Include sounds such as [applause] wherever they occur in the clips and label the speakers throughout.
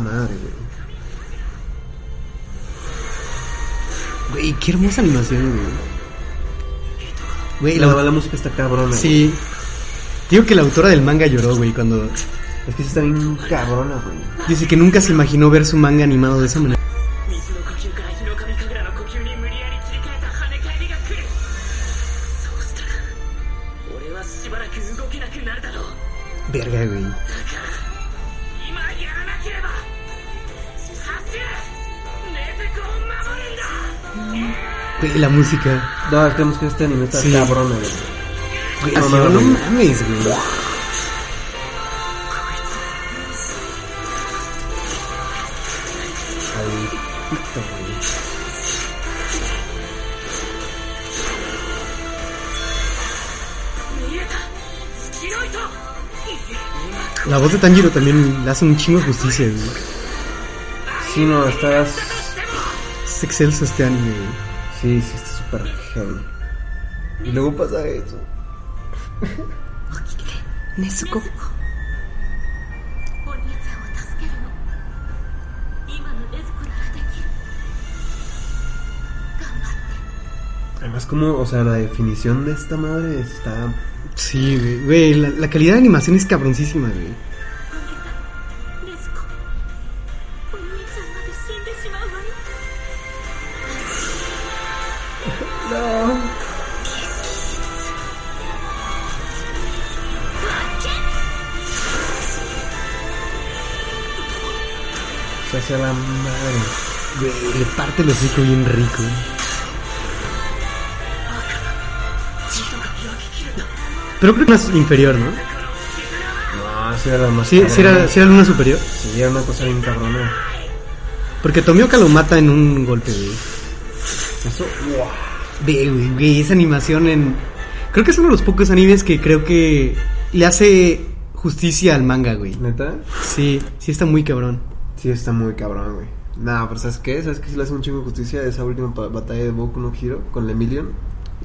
Speaker 1: madre, güey.
Speaker 2: Güey, qué hermosa animación, güey. Güey,
Speaker 1: la,
Speaker 2: la-
Speaker 1: la música está cabrona, güey.
Speaker 2: Sí. Digo que la autora del manga lloró, güey, cuando
Speaker 1: Es que sí está bien cabrona, güey.
Speaker 2: dice que nunca se imaginó ver su manga animado de esa manera.
Speaker 3: 水の呼吸から日の神神楽の呼吸に無理やり切り替えた跳ね返りが来るそうしたら俺はしばらく動けなくなるだろう
Speaker 2: Verga, güey.
Speaker 3: 今やらなければ走れネズコを守るんだ
Speaker 2: Güey, la música.
Speaker 1: No, es que la música de este anime está
Speaker 2: Sí.
Speaker 1: cabrona, güey.
Speaker 2: Güey,
Speaker 1: No
Speaker 2: así,
Speaker 1: mames.
Speaker 2: no mames, güey. La voz de Tanjiro también le hace un chingo de justicia, güey.
Speaker 1: Sí, no, estás.
Speaker 2: Es excelso este anime, güey.
Speaker 1: Sí, sí, está súper heavy. Y luego pasa eso. Además, como, o sea, la definición de esta madre está.
Speaker 2: Sí, güey. güey. La, la calidad de animación es cabroncísima, güey.
Speaker 3: 禰豆子お兄ちゃんまで死んでしまうわよ
Speaker 1: O sea, hacia la madre.
Speaker 2: Güey, le parte el hocico bien rico. ¿eh? Pero creo que una inferior, ¿no?
Speaker 1: No, sí era la más.
Speaker 2: Sí, sí era,
Speaker 1: cabrona.
Speaker 2: sí era luna superior.
Speaker 1: Sí, era una cosa bien cabrona.
Speaker 2: Porque Tomioka lo mata en un golpe, güey.
Speaker 1: Eso, wow.
Speaker 2: Ve, güey, güey, esa animación en... Creo que es uno de los pocos animes que creo que le hace justicia al manga, güey.
Speaker 1: Neta,
Speaker 2: Sí, sí está muy cabrón.
Speaker 1: sí está muy cabrón, güey. Nah, pero ¿sabes qué? ¿Sabes qué? Si le hace un chingo de justicia a esa última pa- batalla de Boku no Hero con la Emilion.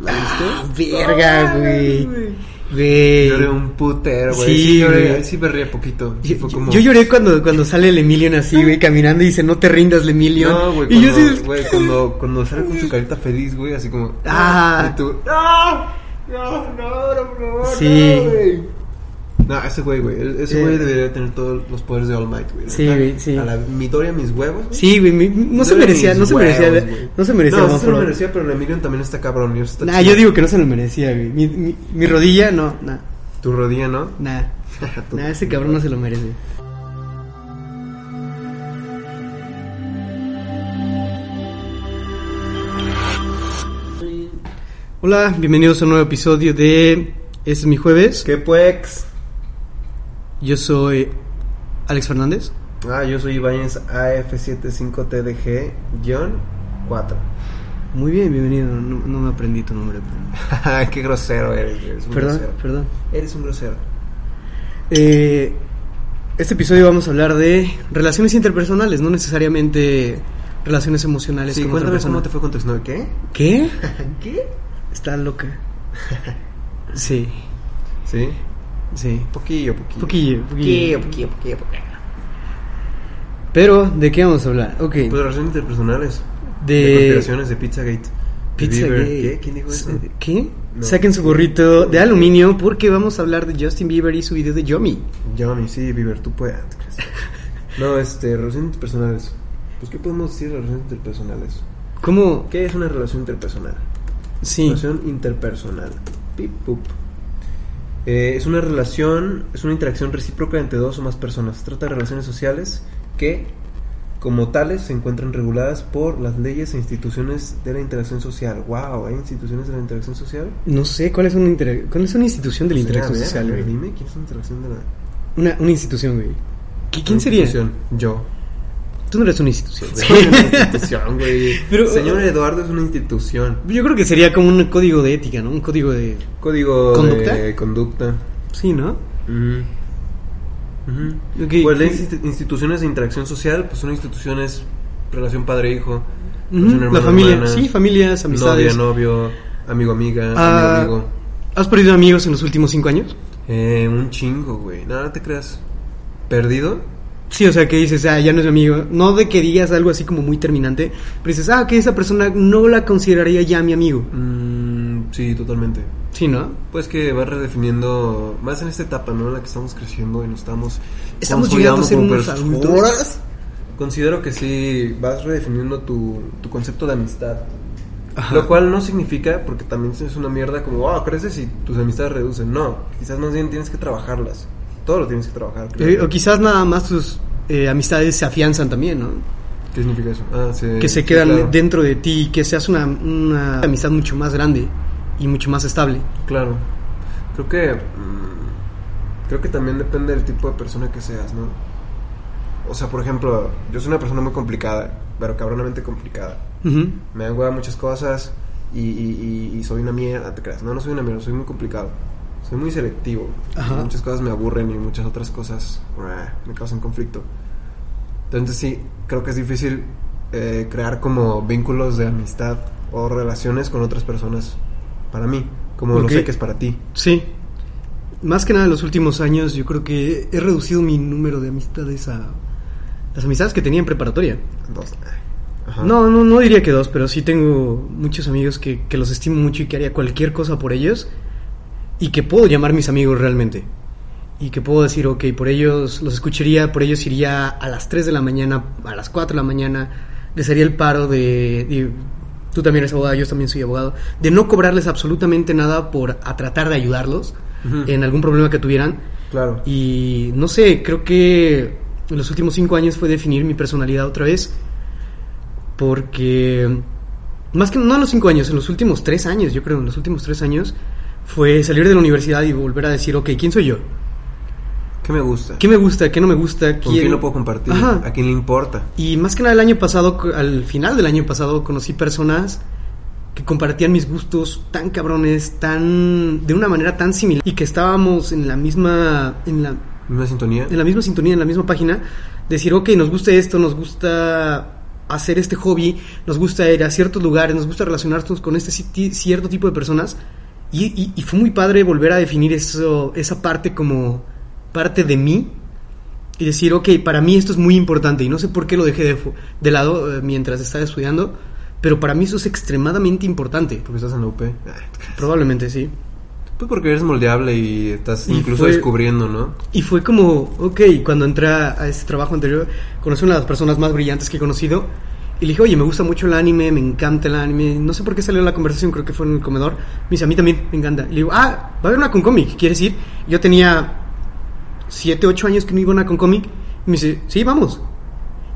Speaker 1: ¿La viste?
Speaker 2: Ah, verga,
Speaker 1: Ay,
Speaker 2: güey. Güey.
Speaker 1: Lloré un putero, güey.
Speaker 2: Sí,
Speaker 1: Sí, lloré.
Speaker 2: güey.
Speaker 1: Sí, berré poquito. Sí,
Speaker 2: Yo,
Speaker 1: fue como-
Speaker 2: yo lloré cuando, cuando sale el Emilion así, güey, caminando y dice, no te rindas, el Emilion.
Speaker 1: No, güey,
Speaker 2: y yo
Speaker 1: cuando,
Speaker 2: así-
Speaker 1: güey, cuando, cuando sale con su carita feliz, güey, así como...
Speaker 2: Ah.
Speaker 1: Y tú... ¡No! ¡No, no, no, por favor,
Speaker 2: Sí.
Speaker 1: no, güey! No, ese güey, güey, el- ese
Speaker 2: Eh.
Speaker 1: güey debería tener todos los poderes de All Might, güey.
Speaker 2: Sí,
Speaker 1: Neta,
Speaker 2: güey, sí.
Speaker 1: A la Midoriya, mis huevos, güey.
Speaker 2: Sí, güey, mi- no se
Speaker 1: Midoriya,
Speaker 2: merecía,
Speaker 1: mis
Speaker 2: no se merecía,
Speaker 1: huevos, güey.
Speaker 2: no se merecía.
Speaker 1: No, sí
Speaker 2: One
Speaker 1: se
Speaker 2: for
Speaker 1: lo
Speaker 2: All.
Speaker 1: merecía, pero la Emilion también está cabrón. y Está
Speaker 2: Nah,
Speaker 1: chido.
Speaker 2: yo digo que no se lo merecía, güey. Mi, mi- mi rodilla, no, nah,
Speaker 1: Tu rodilla, ¿no? [laughs]
Speaker 2: nah.
Speaker 1: Tu-
Speaker 2: Nah, ese cabrón no se lo merece. Hola, bienvenidos a un nuevo episodio de Este es mi jueves.
Speaker 1: ¿Qué pues?
Speaker 2: Yo soy Alex Fernández.
Speaker 1: Ah, yo soy Ibáñez AF75TDG-4.
Speaker 2: Muy bien, bienvenido. No, no me aprendí tu nombre.
Speaker 1: Ah,
Speaker 2: pero-
Speaker 1: [laughs] Qué grosero eres, güey, eres un
Speaker 2: Perdón,
Speaker 1: grosero.
Speaker 2: perdón.
Speaker 1: Eres un grosero.
Speaker 2: Eh, este episodio vamos a hablar de relaciones interpersonales, no necesariamente relaciones emocionales
Speaker 1: Sí,
Speaker 2: con otra
Speaker 1: cuéntame
Speaker 2: persona.
Speaker 1: cómo te fue con tu exnovio. ¿Qué?
Speaker 2: ¿Qué?
Speaker 1: [laughs] ¿Qué?
Speaker 2: Está loca. [laughs] Sí,
Speaker 1: Sí.
Speaker 2: sí.
Speaker 1: Poquillo, poquillo.
Speaker 2: Poquillo, poquillo.
Speaker 1: Poquillo, poquillo, poquillo, poquillo.
Speaker 2: Pero, ¿de qué vamos a hablar? Ok.
Speaker 1: Pues relaciones interpersonales.
Speaker 2: De,
Speaker 1: De conspiraciones de Eh, Pizzagate. De
Speaker 2: Pizza
Speaker 1: Bieber.
Speaker 2: Gate.
Speaker 1: ¿Qué? ¿Quién dijo eso?
Speaker 2: ¿Qué?
Speaker 1: No.
Speaker 2: Saquen su gorrito de aluminio porque vamos a hablar de Justin Bieber y su video de Yomi.
Speaker 1: Johnny, sí, Bieber, tú [laughs] puedes. No, este, relaciones interpersonales. Pues, ¿qué podemos decir de relaciones interpersonales?
Speaker 2: ¿Cómo?
Speaker 1: ¿Qué es una relación interpersonal?
Speaker 2: Sí.
Speaker 1: Relación interpersonal. Pip, pup. Eh, es una relación, es una interacción recíproca entre dos o más personas. Se trata de relaciones sociales que, como tales, se encuentran reguladas por las leyes e instituciones de la interacción social. ¡Wow! ¿Hay instituciones de la interacción social?
Speaker 2: No sé, ¿cuál es una, intera- cuál es una institución de la interacción
Speaker 1: Pues, a ver,
Speaker 2: social,
Speaker 1: a ver,
Speaker 2: güey?
Speaker 1: Dime, ¿quién es la interacción de la
Speaker 2: Una, una institución, güey. ¿Qui- ¿Quién
Speaker 1: una
Speaker 2: sería?
Speaker 1: institución? Yo.
Speaker 2: Tú no eres una institución, güey. [laughs]
Speaker 1: Soy una institución, güey.
Speaker 2: Pero-
Speaker 1: Señor Eduardo es una institución.
Speaker 2: Yo creo que sería como un código de ética, ¿no? Un código de...
Speaker 1: Código de
Speaker 2: ¿Conducta?
Speaker 1: conducta.
Speaker 2: Sí, ¿no?
Speaker 1: Ujú. Ujú.
Speaker 2: Ok.
Speaker 1: Pues las insti- instituciones de interacción social, pues son instituciones relación padre-hijo,
Speaker 2: Ujú,
Speaker 1: relación
Speaker 2: La
Speaker 1: hermano-hermana,
Speaker 2: familia, sí, familias, amistades.
Speaker 1: novia, novio, amigo-amiga,
Speaker 2: Ah,
Speaker 1: amigo-amigo.
Speaker 2: ¿Has perdido amigos en los últimos cinco años?
Speaker 1: Eh, un chingo, güey. No, no te creas. ¿Perdido?
Speaker 2: Sí, o sea, que dices, ah, ya no es mi amigo. No de que digas algo así como muy terminante, pero dices, ah, que esa persona no la consideraría ya mi amigo.
Speaker 1: Mm, sí, totalmente.
Speaker 2: Sí, ¿no?
Speaker 1: Pues que va redefiniendo, más en esta etapa, ¿no? En la que estamos creciendo y nos estamos...
Speaker 2: Estamos llegando
Speaker 1: consolidando
Speaker 2: a ser
Speaker 1: como
Speaker 2: unos
Speaker 1: personas.
Speaker 2: adultos.
Speaker 1: Considero que sí, vas redefiniendo tu, tu concepto de amistad.
Speaker 2: Ajá.
Speaker 1: Lo cual no significa, porque también es una mierda como, wow, creces y tus amistades reducen. No, quizás más bien tienes que trabajarlas. Todo lo tienes que trabajar. creo.
Speaker 2: Eh, o quizás nada más tus eh, amistades se afianzan también, ¿no?
Speaker 1: ¿Qué significa eso? Ah, sí,
Speaker 2: que se
Speaker 1: sí,
Speaker 2: quedan
Speaker 1: claro,
Speaker 2: dentro de ti, que se hace una, una amistad mucho más grande y mucho más estable.
Speaker 1: Claro. Creo que. mm, creo que también depende del tipo de persona que seas, ¿no? O sea, por ejemplo, yo soy una persona muy complicada, pero cabronamente complicada.
Speaker 2: Ujú.
Speaker 1: me dan hueva muchas cosas y, y- y- y soy una mierda, te creas. No, no soy una mierda, soy muy complicado. Soy muy selectivo.
Speaker 2: Ajá.
Speaker 1: Muchas cosas me aburren y muchas otras cosas ah, me causan conflicto. Entonces sí, creo que es difícil eh, crear como vínculos de amistad o relaciones con otras personas para mí, como lo
Speaker 2: Ok.
Speaker 1: sé que es para ti.
Speaker 2: Sí. Más que nada en los últimos años yo creo que he reducido mi número de amistades a las amistades que tenía en preparatoria.
Speaker 1: Entonces, ah, ajá.
Speaker 2: No, no, no diría que dos, pero sí tengo muchos amigos que, que los estimo mucho y que haría cualquier cosa por ellos y que puedo llamar mis amigos realmente. Y que puedo decir, ok, por ellos los escucharía, por ellos iría a las 3 de la mañana, a las 4 de la mañana, les haría el paro de, de- tú también eres abogado, yo también soy abogado, de no cobrarles absolutamente nada por a tratar de ayudarlos
Speaker 1: Ujú.
Speaker 2: en algún problema que tuvieran.
Speaker 1: Claro.
Speaker 2: Y no sé, creo que en los últimos cinco años fue definir mi personalidad otra vez. Porque, más que no en los cinco años, en los últimos tres años, yo creo, en los últimos tres años, fue salir de la universidad y volver a decir, ok, ¿quién soy yo?
Speaker 1: ¿Qué me gusta?
Speaker 2: ¿Qué me gusta? ¿Qué no me gusta?
Speaker 1: ¿Con quién lo puedo compartir?
Speaker 2: Ajá.
Speaker 1: ¿A quién le importa?
Speaker 2: Y más que nada el año pasado, co- al final del año pasado, conocí personas que compartían mis gustos tan cabrones, tan de una manera tan similar y que estábamos en la misma en la
Speaker 1: ¿Una sintonía?
Speaker 2: en la misma sintonía, en la misma página, decir, ok, nos gusta esto, nos gusta hacer este hobby, nos gusta ir a ciertos lugares, nos gusta relacionarnos con este ci- cierto tipo de personas. Y, y- y fue muy padre volver a definir eso, esa parte como parte de mí y decir, ok, para mí esto es muy importante y no sé por qué lo dejé de, fu- de lado eh, mientras estaba estudiando, pero para mí eso es extremadamente importante.
Speaker 1: Porque estás en la UP. Ah,
Speaker 2: Probablemente sí.
Speaker 1: Pues porque eres moldeable y estás
Speaker 2: Y
Speaker 1: incluso
Speaker 2: fue-
Speaker 1: descubriendo, ¿no?
Speaker 2: Y fue como, ok, cuando entré a este trabajo anterior, conocí a una de las personas más brillantes que he conocido. Y le dije, oye, me gusta mucho el anime, me encanta el anime. No sé por qué salió la conversación, creo que fue en el comedor. Me dice, a mí también, me encanta. Y le digo, ah, va a haber una con cómic, ¿quieres ir? Yo tenía 7, 8 años que no iba a una con cómic. Y me dice, sí, vamos.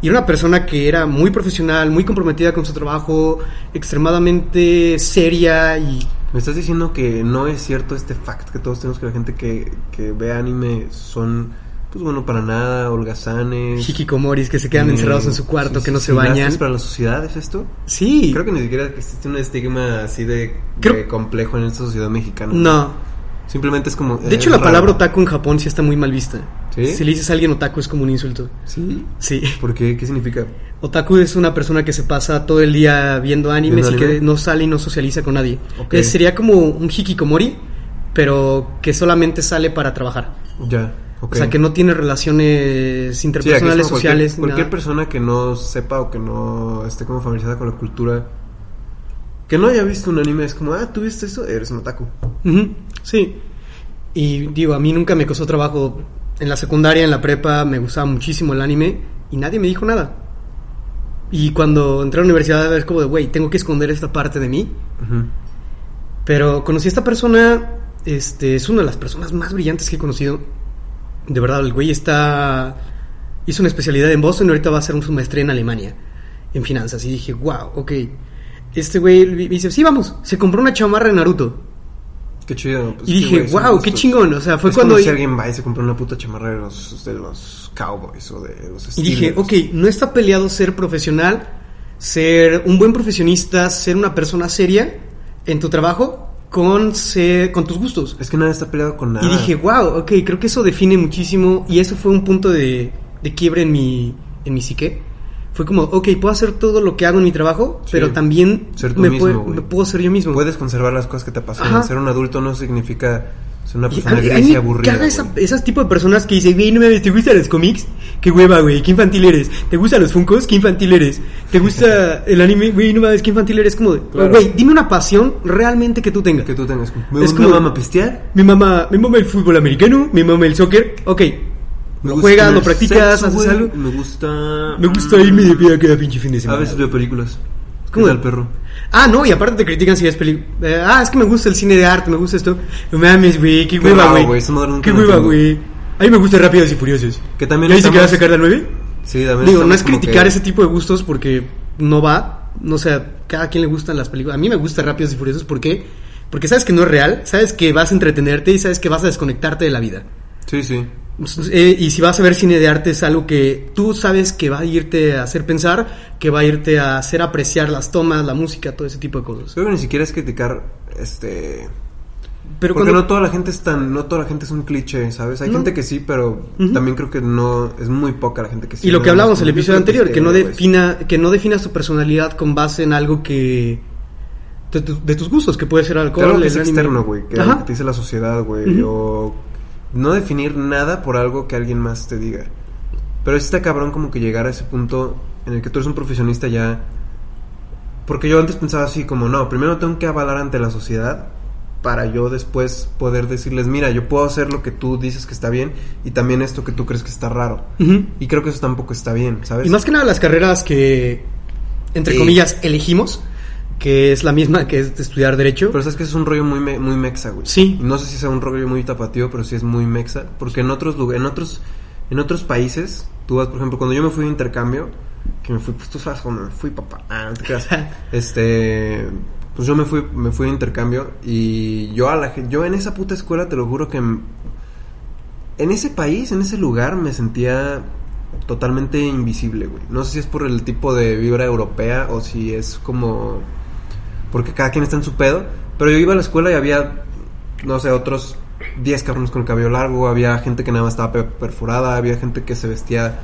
Speaker 2: Y era una persona que era muy profesional, muy comprometida con su trabajo, extremadamente seria y
Speaker 1: Me estás diciendo que no es cierto este fact que todos tenemos que la gente que, que ve anime son, pues bueno, para nada, holgazanes.
Speaker 2: hikikomoris que se quedan
Speaker 1: eh,
Speaker 2: encerrados en su cuarto,
Speaker 1: Mm. sí,
Speaker 2: que
Speaker 1: sí,
Speaker 2: no
Speaker 1: sí,
Speaker 2: se bañan.
Speaker 1: lastres para la sociedad es esto?
Speaker 2: Sí.
Speaker 1: Creo que ni siquiera existe un estigma así de,
Speaker 2: Creo-
Speaker 1: de complejo en esta sociedad mexicana.
Speaker 2: No.
Speaker 1: Simplemente es como... eh,
Speaker 2: De hecho, la palabra otaku en Japón sí está muy mal vista.
Speaker 1: ¿Sí?
Speaker 2: Si le dices a alguien otaku es como un insulto.
Speaker 1: ¿Sí?
Speaker 2: Sí. [laughs]
Speaker 1: ¿Por qué? ¿Qué significa?
Speaker 2: Otaku es una persona que se pasa todo el día viendo animes
Speaker 1: ¿Viendo
Speaker 2: y que
Speaker 1: anime?
Speaker 2: no sale y no socializa con nadie.
Speaker 1: Ok.
Speaker 2: Eh, sería como un hikikomori, pero que solamente sale para trabajar.
Speaker 1: Ya, ok.
Speaker 2: O sea, que no tiene relaciones
Speaker 1: Sí, aquí es como
Speaker 2: interpersonales,
Speaker 1: cualquier-
Speaker 2: sociales. ni
Speaker 1: Cualquier,
Speaker 2: nada.
Speaker 1: persona que no sepa o que no esté como familiarizada con la cultura, que no haya visto un anime, es como, ah, ¿tú viste eso? Eres un otaku.
Speaker 2: Ujú, Sí. Y digo, a mí nunca me costó trabajo. En la secundaria, en la prepa, me gustaba muchísimo el anime y nadie me dijo nada. Y cuando entré a la universidad es como de, güey, tengo que esconder esta parte de mí. Pero conocí a esta persona, este, es una de las personas más brillantes que he conocido. De verdad, el güey está... Hizo una especialidad en Boston y ahorita va a hacer un- su maestría en Alemania, en finanzas. Y dije, wow, ok. Este güey me dice, sí, vamos. Se compró una chamarra de Naruto.
Speaker 1: Qué chido. pues,
Speaker 2: Y
Speaker 1: qué
Speaker 2: dije,
Speaker 1: güey, son
Speaker 2: "Guau, qué
Speaker 1: gustos".
Speaker 2: chingón", o sea, fue
Speaker 1: Es
Speaker 2: cuando-
Speaker 1: como si alguien va y se compra una puta chamarra de los, de los cowboys o de los
Speaker 2: Y dije,
Speaker 1: Steelers.
Speaker 2: ok, no está peleado ser profesional, ser un buen profesionista, ser una persona seria en tu trabajo con, ser- con tus gustos.
Speaker 1: Es que nada está peleado con nada.
Speaker 2: Y dije, wow, ok, creo que eso define muchísimo y eso fue un punto de, de quiebre en mi, en mi psique. fue como, ok, puedo hacer todo lo que hago en mi trabajo,
Speaker 1: Sí.
Speaker 2: pero también
Speaker 1: Ser tú
Speaker 2: me,
Speaker 1: mismo,
Speaker 2: puedo-
Speaker 1: güey.
Speaker 2: me puedo ser yo mismo.
Speaker 1: Puedes conservar las cosas que te apasionan.
Speaker 2: Ajá.
Speaker 1: Ser un adulto no significa ser una
Speaker 2: Y
Speaker 1: persona
Speaker 2: a mí- a
Speaker 1: gris
Speaker 2: mí
Speaker 1: y
Speaker 2: me
Speaker 1: aburrida.
Speaker 2: caga
Speaker 1: güey.
Speaker 2: esa- esas tipos de personas que dicen, güey, no me ¿te gustan los cómics? Qué hueva, güey, qué infantil eres. ¿Te gustan los funcos? Qué infantil eres. ¿Te
Speaker 1: [laughs]
Speaker 2: gusta el anime? Güey, no mames, qué infantil eres. Como, de,
Speaker 1: Claro.
Speaker 2: güey, dime una pasión realmente que tú tengas.
Speaker 1: Que tú tengas. Me,
Speaker 2: Es
Speaker 1: me
Speaker 2: como-
Speaker 1: mama pistear.
Speaker 2: Mi mamá, mi mamá el fútbol americano, mi mamá el soccer. Ok,
Speaker 1: Me
Speaker 2: Lo
Speaker 1: gusta
Speaker 2: juegas,
Speaker 1: tener
Speaker 2: lo practicas, haces
Speaker 1: güey.
Speaker 2: algo.
Speaker 1: Me gusta.
Speaker 2: me gusta irme de vida cada pinche fin de
Speaker 1: A
Speaker 2: semana.
Speaker 1: veces veo películas.
Speaker 2: ¿Cómo?
Speaker 1: ¿Cómo el perro?
Speaker 2: Ah, no, y aparte te critican si ves película. ah, es que me gusta el cine de arte, me gusta esto. No mames, güey, qué
Speaker 1: Qué
Speaker 2: hueva,
Speaker 1: raro,
Speaker 2: güey.
Speaker 1: güey, esa madre nunca
Speaker 2: Qué
Speaker 1: la
Speaker 2: hueva,
Speaker 1: entiendo.
Speaker 2: güey. A mí me gusta Rápidos y Furiosos.
Speaker 1: Que también
Speaker 2: ¿Ya dice que
Speaker 1: estamos-
Speaker 2: va a sacar la 9?
Speaker 1: Sí, también.
Speaker 2: Digo, no
Speaker 1: estamos
Speaker 2: es
Speaker 1: como
Speaker 2: criticar
Speaker 1: que-
Speaker 2: ese tipo de gustos porque no va. No sé, a cada quien le gustan las películas. A mí me gusta Rápidos y Furiosos porque porque sabes que no es real, sabes que vas a entretenerte y sabes que vas a desconectarte de la vida.
Speaker 1: Sí, sí.
Speaker 2: Eh, y si vas a ver cine de arte es algo que tú sabes que va a irte a hacer pensar, que va a irte a hacer apreciar las tomas, la música, todo ese tipo de cosas.
Speaker 1: Creo que ni siquiera es criticar. Este.
Speaker 2: Pero
Speaker 1: Porque
Speaker 2: cuando
Speaker 1: no toda la gente es tan. No toda la gente es un cliché, ¿sabes? Hay
Speaker 2: No.
Speaker 1: gente que sí, pero
Speaker 2: Ujú.
Speaker 1: también creo que no. Es muy poca la gente que sí.
Speaker 2: y lo que hablábamos en el
Speaker 1: Yo
Speaker 2: episodio
Speaker 1: creo
Speaker 2: anterior,
Speaker 1: es
Speaker 2: que no
Speaker 1: güey, sí. pues.
Speaker 2: defina que no definas tu personalidad con base en algo que de, tu- de tus gustos, que puede ser alcohol,
Speaker 1: Claro que
Speaker 2: el
Speaker 1: es
Speaker 2: anime.
Speaker 1: externo, güey. Que
Speaker 2: Ajá.
Speaker 1: que te dice la sociedad, güey. O no definir nada por algo que alguien más te diga. Pero sí está cabrón como que llegar a ese punto en el que tú eres un profesionista ya. Porque yo antes pensaba así como, no, primero tengo que avalar ante la sociedad para yo después poder decirles, mira, yo puedo hacer lo que tú dices que está bien y también esto que tú crees que está raro.
Speaker 2: Ujú.
Speaker 1: Y creo que eso tampoco está bien, ¿sabes?
Speaker 2: Y más que nada las carreras que entre
Speaker 1: Pues Sí.
Speaker 2: comillas elegimos, que es la misma que es de estudiar derecho.
Speaker 1: Pero sabes que es un rollo muy, me- muy mexa, güey.
Speaker 2: Sí.
Speaker 1: No sé si sea un rollo muy tapatío, pero sí es muy mexa. Porque en otros lugares, en otros, en otros países, tú vas, por ejemplo, cuando yo me fui de intercambio, que me fui, pues tú sabes cuando me fui, papá. Ah, no te creas. este. Pues yo me fui, me fui de intercambio y yo a la gen- yo en esa puta escuela te lo juro que m- en ese país, en ese lugar me sentía totalmente invisible, güey. No sé si es por el tipo de vibra europea o si es como porque cada quien está en su pedo. Pero yo iba a la escuela y había, no sé, otros 10 cabrones con el cabello largo, había gente que nada más estaba pe- perforada, había gente que se vestía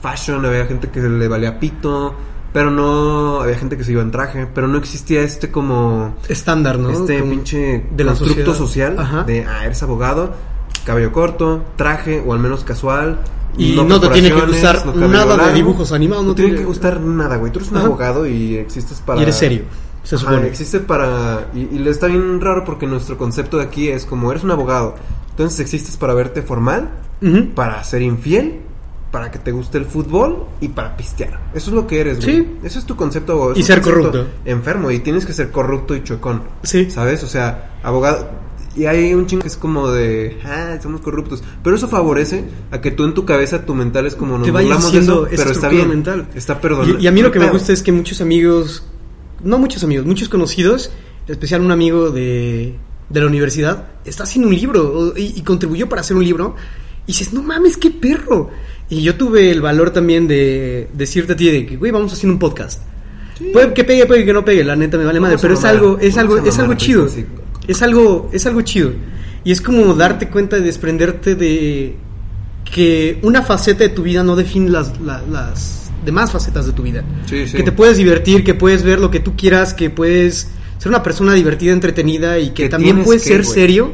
Speaker 1: fashion, había gente que le valía pito, pero no, había gente que se iba en traje, pero no existía este como,
Speaker 2: estándar, ¿no?
Speaker 1: este
Speaker 2: Como-
Speaker 1: pinche
Speaker 2: de la
Speaker 1: constructo
Speaker 2: sociedad.
Speaker 1: social
Speaker 2: Ajá.
Speaker 1: de, ah, eres abogado, cabello corto, traje o al menos casual.
Speaker 2: Y no te tiene que
Speaker 1: perforaciones,
Speaker 2: gustar
Speaker 1: no cabello
Speaker 2: nada de
Speaker 1: largo.
Speaker 2: dibujos animados,
Speaker 1: No,
Speaker 2: no
Speaker 1: tiene
Speaker 2: tiene-
Speaker 1: que gustar nada, güey. Tú eres un
Speaker 2: Ajá.
Speaker 1: abogado y existes para...
Speaker 2: y eres serio, se
Speaker 1: Ajá,
Speaker 2: supone.
Speaker 1: existe para. Y, y le está bien raro porque nuestro concepto de aquí es como eres un abogado. Entonces existes para verte formal,
Speaker 2: Ujú.
Speaker 1: para ser infiel, para que te guste el fútbol y para pistear. Eso es lo que eres, güey.
Speaker 2: Sí.
Speaker 1: Ese es tu concepto de abogado.
Speaker 2: Y
Speaker 1: Es un
Speaker 2: ser
Speaker 1: concepto
Speaker 2: corrupto.
Speaker 1: Enfermo. Y tienes que ser corrupto y chocón.
Speaker 2: Sí.
Speaker 1: ¿Sabes? O sea, abogado. Y hay un chingo que es como de. Ah, somos corruptos. Pero eso favorece a que tú en tu cabeza, tu mental es como. Nos
Speaker 2: te vaya
Speaker 1: burlamos de
Speaker 2: haciendo
Speaker 1: eso,
Speaker 2: esa
Speaker 1: pero está
Speaker 2: estructura
Speaker 1: bien.
Speaker 2: mental.
Speaker 1: Está perdonado.
Speaker 2: Y, y a mí lo que me gusta es que muchos amigos, no muchos amigos, muchos conocidos, en especial un amigo de, de la universidad, está haciendo un libro o- y, y contribuyó para hacer un libro. Y dices, no mames, qué perro. Y yo tuve el valor también de decirte a ti de que, güey, vamos haciendo un podcast. Puede que pegue, puede que no pegue, la neta me vale madre,
Speaker 1: Vamos a
Speaker 2: pero es
Speaker 1: mamar,
Speaker 2: algo, es
Speaker 1: vamos
Speaker 2: algo,
Speaker 1: a
Speaker 2: es algo
Speaker 1: mamar,
Speaker 2: chido.
Speaker 1: sí.
Speaker 2: Es algo, es algo chido. Y es como darte cuenta de desprenderte de que una faceta de tu vida no define las, la- las demás facetas de tu vida.
Speaker 1: Sí, sí.
Speaker 2: Que te puedes divertir, que puedes ver lo que tú quieras, que puedes ser una persona divertida, entretenida y que,
Speaker 1: Que
Speaker 2: también
Speaker 1: tienes
Speaker 2: puedes
Speaker 1: que,
Speaker 2: ser
Speaker 1: güey.
Speaker 2: serio,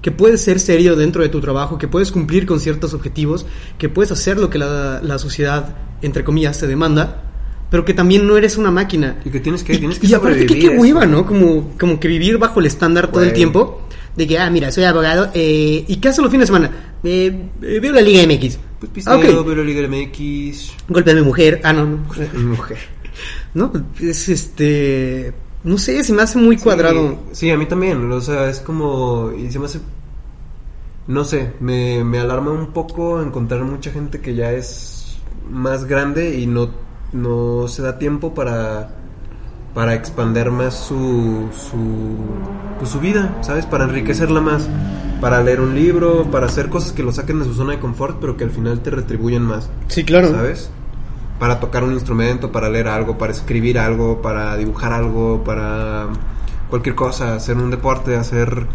Speaker 2: que puedes ser serio dentro de tu trabajo, que puedes cumplir con ciertos objetivos, que puedes hacer lo que la, la sociedad, entre comillas, te demanda, pero que también no eres una máquina.
Speaker 1: Y que tienes que.
Speaker 2: Y-
Speaker 1: tienes que
Speaker 2: y aparte que
Speaker 1: sobrevivir
Speaker 2: qué
Speaker 1: a eso.
Speaker 2: hueva, ¿no? Como, como que vivir bajo el estándar todo el
Speaker 1: Güey.
Speaker 2: tiempo. De que, ah, mira, soy abogado. eh, ¿Y qué haces los fines de semana? Eh, eh, veo la Liga MX.
Speaker 1: Pues
Speaker 2: Ah,
Speaker 1: pisteo,
Speaker 2: ok.
Speaker 1: veo la Liga MX.
Speaker 2: Golpe a mi mujer. Ah, no, no. Eh,
Speaker 1: Mujer.
Speaker 2: No, es este... No sé, se me hace muy cuadrado.
Speaker 1: Sí, a mí también. O sea, es como. Y se me hace. No sé, me, me alarma un poco encontrar mucha gente que ya es más grande y no, no se da tiempo para. Para expander más su. su. pues, su vida, ¿sabes? Para enriquecerla más. Para leer un libro, para hacer cosas que lo saquen de su zona de confort, pero que al final te retribuyen más.
Speaker 2: Sí, claro.
Speaker 1: ¿sabes? Para tocar un instrumento, para leer algo, para escribir algo, para dibujar algo, para cualquier cosa, hacer un deporte, hacer,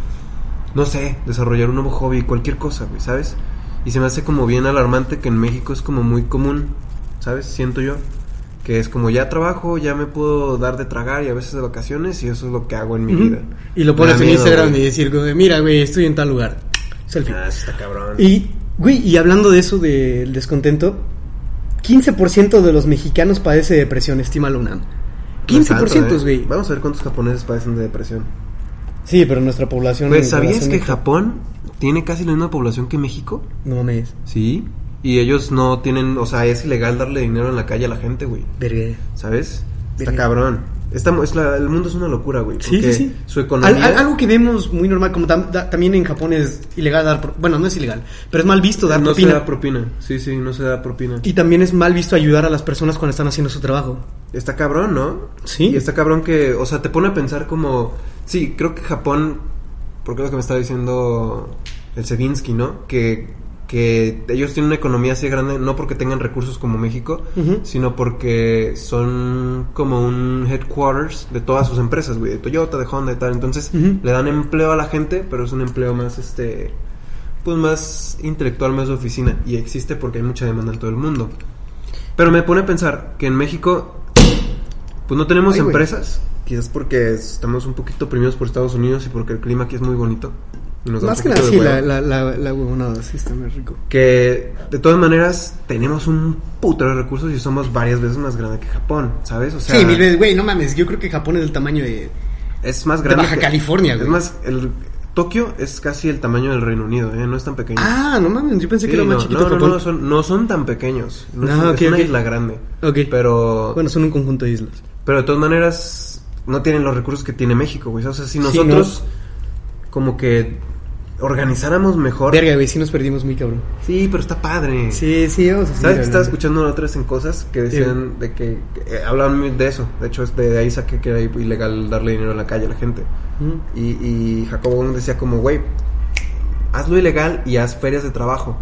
Speaker 1: no sé, desarrollar un nuevo hobby, cualquier cosa, güey, ¿sabes? Y se me hace como bien alarmante que en México es como muy común, ¿sabes? Siento yo. que es como ya trabajo, ya me puedo dar de tragar y a veces de vacaciones y eso es lo que hago en mi
Speaker 2: Ujú.
Speaker 1: vida.
Speaker 2: Y lo
Speaker 1: Me
Speaker 2: pones
Speaker 1: da
Speaker 2: en
Speaker 1: miedo,
Speaker 2: Instagram
Speaker 1: güey.
Speaker 2: y decir, güey, mira, güey, estoy en tal lugar. Selfie.
Speaker 1: Ah, eso está cabrón.
Speaker 2: Y, güey, y hablando de eso del descontento, 15% de los mexicanos padece depresión, estima la UNAM.
Speaker 1: No es tanto,
Speaker 2: 15%,
Speaker 1: ¿eh?
Speaker 2: güey.
Speaker 1: Vamos a ver cuántos japoneses padecen de depresión.
Speaker 2: Sí, pero nuestra población.
Speaker 1: Pues, ¿sabías
Speaker 2: población
Speaker 1: que
Speaker 2: de-
Speaker 1: Japón tiene casi la misma población que México?
Speaker 2: No mames.
Speaker 1: Sí. Y ellos no tienen, o sea, es ilegal darle dinero en la calle a la gente, güey.
Speaker 2: Verga.
Speaker 1: ¿Sabes? Está
Speaker 2: Verga.
Speaker 1: cabrón. Esta, es la- el mundo es una locura, güey.
Speaker 2: Sí,
Speaker 1: porque
Speaker 2: sí, sí.
Speaker 1: Su economía.
Speaker 2: Al- al- algo que vemos muy normal, como tam- da- también en Japón es ilegal dar. pro- Bueno, no es ilegal, pero es mal visto dar
Speaker 1: no
Speaker 2: propina.
Speaker 1: se da propina. Sí, sí, no se da propina.
Speaker 2: y también es mal visto ayudar a las personas cuando están haciendo su trabajo.
Speaker 1: Está cabrón, ¿no?
Speaker 2: Sí.
Speaker 1: Y está cabrón que, o sea, te pone a pensar como, sí, creo que Japón, porque es lo que me está diciendo el Sevinsky, ¿no? Que, que ellos tienen una economía así grande, no porque tengan recursos como México,
Speaker 2: Ujú.
Speaker 1: sino porque son como un headquarters de todas sus empresas, güey, de Toyota, de Honda y tal. Entonces,
Speaker 2: Ujú.
Speaker 1: le dan empleo a la gente, pero es un empleo más, este, pues más intelectual, más de oficina. Y existe porque hay mucha demanda en todo el mundo. Pero me pone a pensar que en México, pues no tenemos
Speaker 2: Ay, güey.
Speaker 1: empresas. Quizás porque estamos un poquito oprimidos por Estados Unidos y porque el clima aquí es muy bonito. y nos da un
Speaker 2: Más que nada,
Speaker 1: poquito de
Speaker 2: sí, la,
Speaker 1: hueva.
Speaker 2: la, la, la huevonada, sí, está muy rico.
Speaker 1: Que de todas maneras tenemos un putero de recursos y somos varias veces más grande que Japón, ¿sabes? O sea,
Speaker 2: sí, mil veces, güey, no mames, yo creo que Japón es del tamaño de...
Speaker 1: es más
Speaker 2: de
Speaker 1: grande.
Speaker 2: Baja
Speaker 1: que-
Speaker 2: California, güey.
Speaker 1: Es más, el, Tokio es casi el tamaño del Reino Unido, ¿eh? No es tan pequeño.
Speaker 2: Ah, no mames, yo pensé
Speaker 1: Sí,
Speaker 2: que era más
Speaker 1: no,
Speaker 2: chiquito
Speaker 1: no, no,
Speaker 2: Japón.
Speaker 1: no, son, no son tan pequeños. No,
Speaker 2: No,
Speaker 1: es-
Speaker 2: ok,
Speaker 1: es una
Speaker 2: ok.
Speaker 1: isla grande.
Speaker 2: Ok.
Speaker 1: Pero
Speaker 2: Bueno, son un conjunto de islas.
Speaker 1: Pero de todas maneras, no tienen los recursos que tiene México, güey. O sea, si
Speaker 2: Sí,
Speaker 1: nosotros como que organizáramos mejor.
Speaker 2: Verga, güey, sí nos perdimos muy cabrón.
Speaker 1: Sí, pero está padre.
Speaker 2: Sí, sí, vamos a seguir
Speaker 1: ¿Sabes que estaba
Speaker 2: hablando.
Speaker 1: escuchando la otra vez en cosas que decían de que, que, eh, hablaban de eso? De hecho, es de, de ahí saqué que era ilegal darle dinero en la calle a la gente.
Speaker 2: Ujú.
Speaker 1: Y, y Jacobo Wong decía como, güey, hazlo ilegal y haz ferias de trabajo,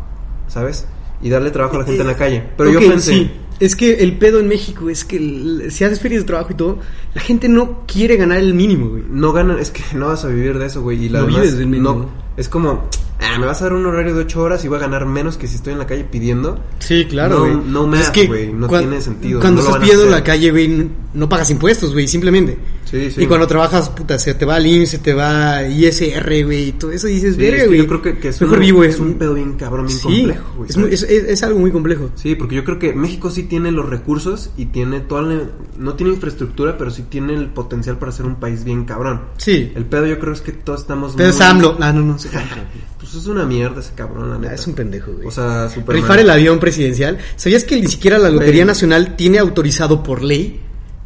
Speaker 1: ¿sabes? Y darle trabajo a la gente en la calle. Pero
Speaker 2: Eh, Ok,
Speaker 1: yo pensé,
Speaker 2: sí. Es que el pedo en México es que el- si haces ferias de trabajo y todo, la gente no quiere ganar el mínimo, güey.
Speaker 1: No ganan, es que [laughs] no vas a vivir de eso, güey. Y la
Speaker 2: No
Speaker 1: demás,
Speaker 2: vives del mínimo.
Speaker 1: no- es como, ah, me vas a dar un horario de 8 horas y voy a ganar menos que si estoy en la calle pidiendo.
Speaker 2: Sí,
Speaker 1: claro, güey. Pues es que cuan-
Speaker 2: Cuando estás pidiendo en la calle, güey, n- no pagas impuestos, güey, simplemente.
Speaker 1: Sí, sí.
Speaker 2: Y cuando trabajas, puta, se te va el IMSS, se te va ISR, güey, y todo eso y dices,
Speaker 1: Sí, es
Speaker 2: verga,
Speaker 1: que
Speaker 2: güey.
Speaker 1: Yo creo que, que es,
Speaker 2: Mejor
Speaker 1: un,
Speaker 2: vivo
Speaker 1: es
Speaker 2: eso.
Speaker 1: un pedo bien cabrón, bien
Speaker 2: Sí,
Speaker 1: complejo, güey.
Speaker 2: es, muy- es, es- es algo muy complejo.
Speaker 1: Sí, porque yo creo que México sí tiene los recursos y tiene toda la, no tiene infraestructura, pero sí tiene el potencial para ser un país bien cabrón.
Speaker 2: Sí.
Speaker 1: El pedo yo creo es que todos estamos
Speaker 2: Pero es
Speaker 1: muy-
Speaker 2: AMLO. Ah, no, no, sí.
Speaker 1: [laughs] Pues es una mierda ese cabrón, la neta.
Speaker 2: es un pendejo, güey.
Speaker 1: O sea, super
Speaker 2: Rifar el avión presidencial. ¿Sabías que ni siquiera la Lotería
Speaker 1: Güey.
Speaker 2: Nacional tiene autorizado por ley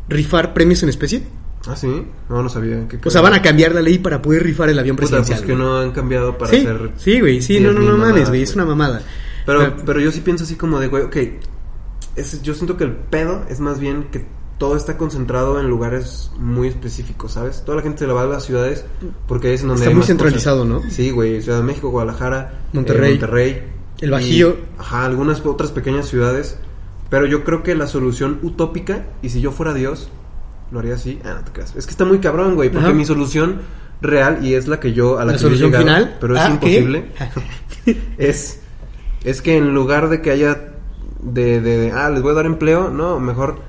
Speaker 2: rifar premios en especie?
Speaker 1: Ah, sí. No, no sabía. ¿Qué
Speaker 2: O sea, van a cambiar la ley para poder rifar el avión
Speaker 1: Puta,
Speaker 2: presidencial.
Speaker 1: pues que
Speaker 2: güey.
Speaker 1: no han cambiado para
Speaker 2: sí,
Speaker 1: hacer.
Speaker 2: sí, güey, sí, no,
Speaker 1: 10.000
Speaker 2: no, no mames,
Speaker 1: mamadas,
Speaker 2: güey, es una mamada.
Speaker 1: Pero, pero yo sí pienso así como de, güey, ok. es- yo siento que el pedo es más bien que todo está concentrado en lugares muy específicos, ¿sabes? Toda la gente se la va a las ciudades porque ahí es en donde
Speaker 2: Está
Speaker 1: hay
Speaker 2: muy
Speaker 1: más
Speaker 2: centralizado, ¿no?
Speaker 1: Sí, güey, Ciudad de México, Guadalajara, eh,
Speaker 2: Monterrey.
Speaker 1: Monterrey
Speaker 2: El Bajío.
Speaker 1: y, ajá, algunas otras pequeñas ciudades. Pero yo creo que la solución utópica, y si yo fuera Dios, lo haría así. Ah, no te creas. Es que está muy cabrón, güey, porque
Speaker 2: Ajá.
Speaker 1: mi solución real, y es la que yo a la,
Speaker 2: la
Speaker 1: que yo he
Speaker 2: solución
Speaker 1: llegado,
Speaker 2: final.
Speaker 1: pero es
Speaker 2: Ah, ¿qué? [laughs]
Speaker 1: imposible. Es, es que en lugar de que haya de, de, de, ah, les voy a dar empleo, no, mejor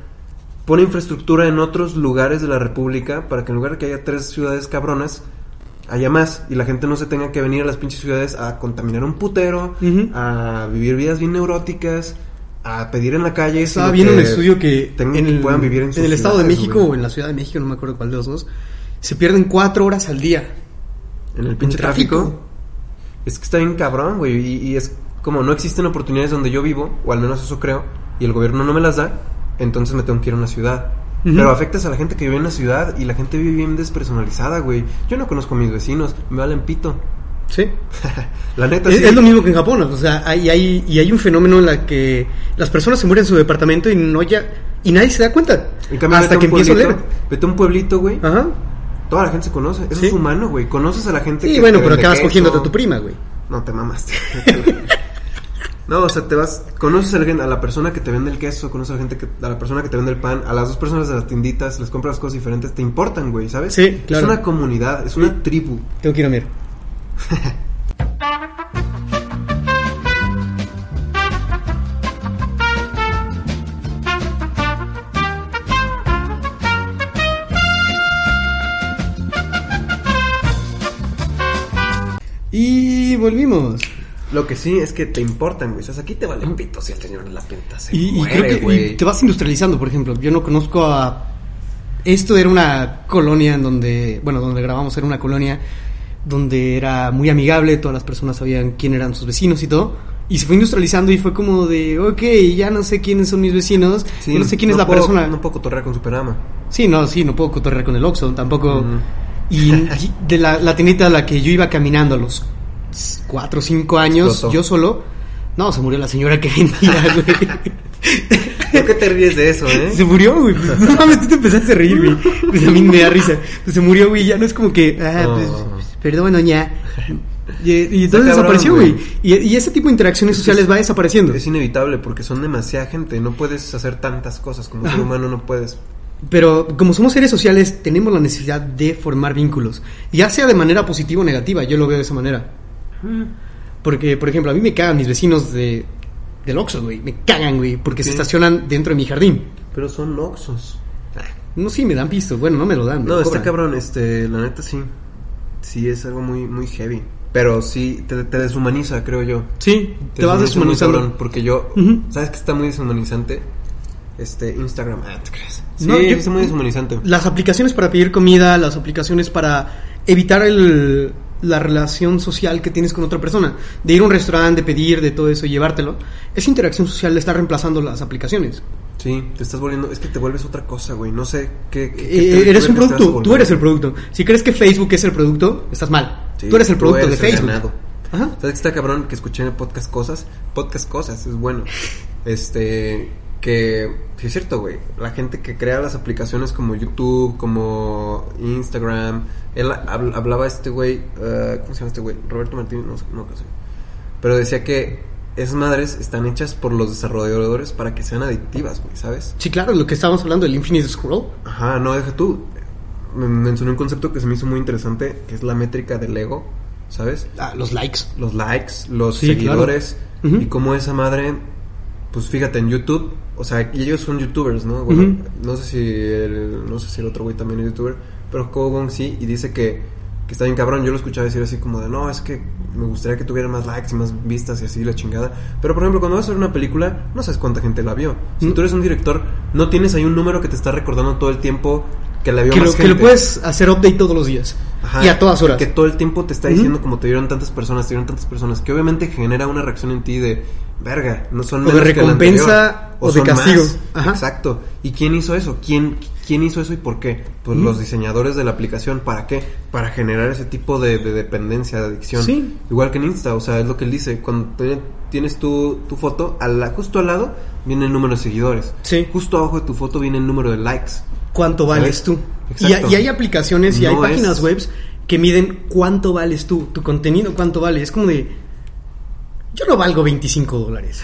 Speaker 1: pone infraestructura en otros lugares de la República para que en lugar de que haya tres ciudades cabronas, haya más y la gente no se tenga que venir a las pinches ciudades a contaminar un putero,
Speaker 2: Ujú.
Speaker 1: a vivir vidas bien neuróticas, a pedir en la calle.
Speaker 2: Estaba
Speaker 1: sino
Speaker 2: viendo un
Speaker 1: que
Speaker 2: estudio que
Speaker 1: tengan-
Speaker 2: en el,
Speaker 1: puedan vivir en,
Speaker 2: en
Speaker 1: sus
Speaker 2: el Estado de
Speaker 1: ciudades,
Speaker 2: México
Speaker 1: güey.
Speaker 2: o en la Ciudad de México, no me acuerdo cuál de los dos, se pierden cuatro horas al día.
Speaker 1: En el pinche
Speaker 2: En
Speaker 1: tráfico.
Speaker 2: tráfico.
Speaker 1: Es que está bien cabrón, güey. Y, y es como no existen oportunidades donde yo vivo, o al menos eso creo, y el gobierno no me las da, entonces me tengo que ir a una ciudad.
Speaker 2: Ujú.
Speaker 1: Pero afectas a la gente que vive en la ciudad y la gente vive bien despersonalizada, güey. Yo no conozco a mis vecinos, me valen pito. [laughs]
Speaker 2: Sí.
Speaker 1: La neta
Speaker 2: Es,
Speaker 1: sí.
Speaker 2: es lo mismo que en Japón, o sea, hay, hay, y hay un fenómeno en la que las personas se mueren en su departamento y no ya y nadie se da cuenta
Speaker 1: En cambio, vete
Speaker 2: hasta
Speaker 1: a
Speaker 2: que
Speaker 1: un
Speaker 2: empieza a leer.
Speaker 1: pueblito- Vete a un pueblito, güey.
Speaker 2: Ajá.
Speaker 1: Toda la gente se conoce. Eso
Speaker 2: Sí.
Speaker 1: es humano, güey. Conoces a la gente
Speaker 2: Sí,
Speaker 1: que
Speaker 2: bueno,
Speaker 1: te
Speaker 2: pero
Speaker 1: vende
Speaker 2: acabas
Speaker 1: queso.
Speaker 2: cogiéndote a tu prima, güey.
Speaker 1: No, te mamaste. no, o sea, te vas, conoces a alguien, a la persona que te vende el queso, conoces a la gente que, a la persona que te vende el pan, a las dos personas de las tienditas, les compras cosas diferentes, te importan, güey, ¿sabes?
Speaker 2: Sí, claro.
Speaker 1: Es una comunidad, es una tribu.
Speaker 2: Tengo que ir a mirar. volvimos.
Speaker 1: Lo que sí es que te importan, güey. O sea, aquí te vale pito si el señor de la pinta se
Speaker 2: Y, y creo
Speaker 1: muere,
Speaker 2: que y
Speaker 1: güey.
Speaker 2: te vas industrializando, por ejemplo. Yo no conozco a. Esto era una colonia en donde. Bueno, donde grabamos era una colonia donde era muy amigable, todas las personas sabían quién eran sus vecinos y todo. Y se fue industrializando y fue como de, ok, ya no sé quiénes son mis vecinos,
Speaker 1: Sí,
Speaker 2: ya no sé quién es la
Speaker 1: puedo-
Speaker 2: persona.
Speaker 1: No puedo cotorrear con Superama. Mm.
Speaker 2: Sí, no, sí, no puedo cotorrear con el Oxxo, tampoco.
Speaker 1: Ujú.
Speaker 2: Y y de la, la tiendita a la que yo iba caminando a los 4 o 5 años,
Speaker 1: Explotó.
Speaker 2: yo solo. No, se murió la señora que vendía, [laughs] güey.
Speaker 1: ¿Por qué te ríes de
Speaker 2: [laughs]
Speaker 1: eso, eh?
Speaker 2: Se murió,
Speaker 1: [laughs]
Speaker 2: güey. Pues, No mames, tú te empezaste a reír, güey. Pues a mí me da risa. Pues se murió, güey. Ya no es como que. Ah,
Speaker 1: No.
Speaker 2: pues, perdón, doña. Y, y
Speaker 1: Está
Speaker 2: entonces
Speaker 1: cabrón,
Speaker 2: desapareció,
Speaker 1: güey.
Speaker 2: güey. Y, y ese tipo de interacciones sociales va desapareciendo.
Speaker 1: Es inevitable porque son demasiada gente. No puedes hacer tantas cosas. Como ser humano no puedes.
Speaker 2: Pero como somos seres sociales, tenemos la necesidad de formar vínculos. Ya sea de manera positiva o negativa, yo lo veo de esa manera. Porque, por ejemplo, a mí me cagan mis vecinos de, del Oxxo, güey. Me cagan, güey, porque se
Speaker 1: Sí.
Speaker 2: estacionan dentro de mi jardín.
Speaker 1: Pero son oxos. Ah.
Speaker 2: No, sí, me dan pisto. Bueno, no me lo dan. me
Speaker 1: No,
Speaker 2: lo
Speaker 1: está
Speaker 2: cobran.
Speaker 1: cabrón. Este, la neta sí. Sí, es algo muy, muy heavy. Pero sí, te, te deshumaniza, creo yo.
Speaker 2: Sí, te vas
Speaker 1: deshumaniza muy
Speaker 2: deshumanizando.
Speaker 1: cabrón, Porque yo.
Speaker 2: Ujú.
Speaker 1: ¿Sabes que está muy deshumanizante? Este, Instagram. Ah, ¿te crees? Sí,
Speaker 2: No, yo-
Speaker 1: es muy deshumanizante.
Speaker 2: Las aplicaciones para pedir comida, las aplicaciones para evitar el- la relación social que tienes con otra persona, de ir a un restaurante, de pedir, de todo eso, y llevártelo, esa interacción social está reemplazando las aplicaciones.
Speaker 1: Sí, te estás volviendo. Es que te vuelves otra cosa, güey. No sé qué.
Speaker 2: Eh,
Speaker 1: qué- qué te-
Speaker 2: eres
Speaker 1: qué
Speaker 2: un
Speaker 1: te vas a
Speaker 2: producto,
Speaker 1: volver.
Speaker 2: tú eres el producto. Si crees que Facebook es el producto, estás mal.
Speaker 1: Sí,
Speaker 2: tú eres el
Speaker 1: tú
Speaker 2: producto
Speaker 1: eres
Speaker 2: de
Speaker 1: el
Speaker 2: Facebook.
Speaker 1: ganado.
Speaker 2: Ajá.
Speaker 1: ¿Sabes que está cabrón que escuché en el podcast cosas? Podcast cosas, es bueno. Este, que, sí es cierto, güey. La gente que crea las aplicaciones como YouTube, como Instagram. Él hab- hablaba este güey, eh, ¿cómo se llama este güey? Roberto Martínez, no, sé, no creo que sea. Pero decía que esas madres están hechas por los desarrolladores para que sean adictivas, güey, ¿sabes?
Speaker 2: Sí, claro, lo que estábamos hablando del Infinite Scroll.
Speaker 1: Ajá, no, deja tú. Me mencioné un concepto que se me hizo muy interesante, que es la métrica del ego, ¿sabes?
Speaker 2: Ah, los likes.
Speaker 1: los likes, los
Speaker 2: Sí,
Speaker 1: seguidores
Speaker 2: claro. Ujú.
Speaker 1: y cómo esa madre, pues fíjate en YouTube, o sea, y ellos son youtubers, ¿no? Bueno,
Speaker 2: Ujú.
Speaker 1: no sé si el, no sé si el otro güey también es youtuber, pero Kogon sí y dice que que está bien cabrón, yo lo escuchaba decir así como de, "No, es que me gustaría que tuviera más likes y más vistas y así la chingada." Pero por ejemplo, cuando vas a ver una película, no sabes cuánta gente la vio. Si
Speaker 2: Mm.
Speaker 1: tú eres un director, no tienes ahí un número que te está recordando todo el tiempo que la vio
Speaker 2: Que
Speaker 1: más
Speaker 2: lo, que
Speaker 1: gente.
Speaker 2: lo puedes hacer update todos los días.
Speaker 1: Ajá,
Speaker 2: y a todas horas.
Speaker 1: Que todo el tiempo te está diciendo
Speaker 2: Ujú.
Speaker 1: como te vieron tantas personas, te vieron tantas personas, que obviamente genera una reacción en ti de verga, no son
Speaker 2: O de
Speaker 1: menos que la
Speaker 2: recompensa
Speaker 1: anterior,
Speaker 2: o de
Speaker 1: son
Speaker 2: castigo.
Speaker 1: más".
Speaker 2: Ajá.
Speaker 1: Exacto. ¿Y quién hizo eso? ¿Quién quién hizo eso y por qué? Pues
Speaker 2: Ujú.
Speaker 1: los diseñadores de la aplicación, ¿para qué? Para generar ese tipo de, de dependencia, de adicción.
Speaker 2: Sí.
Speaker 1: Igual que en Insta, o sea, es lo que él dice, cuando te- tienes tu, tu foto, a la, justo al lado viene el número de seguidores.
Speaker 2: Sí.
Speaker 1: Justo abajo de tu foto viene el número de likes.
Speaker 2: cuánto vales
Speaker 1: ¿Sabes?
Speaker 2: tú. Y,
Speaker 1: Exacto.
Speaker 2: y hay aplicaciones y hay
Speaker 1: No
Speaker 2: páginas
Speaker 1: es-
Speaker 2: webs que miden cuánto vales tú, tu contenido cuánto vale. Es como de. Yo no valgo 25
Speaker 1: [laughs]
Speaker 2: dólares.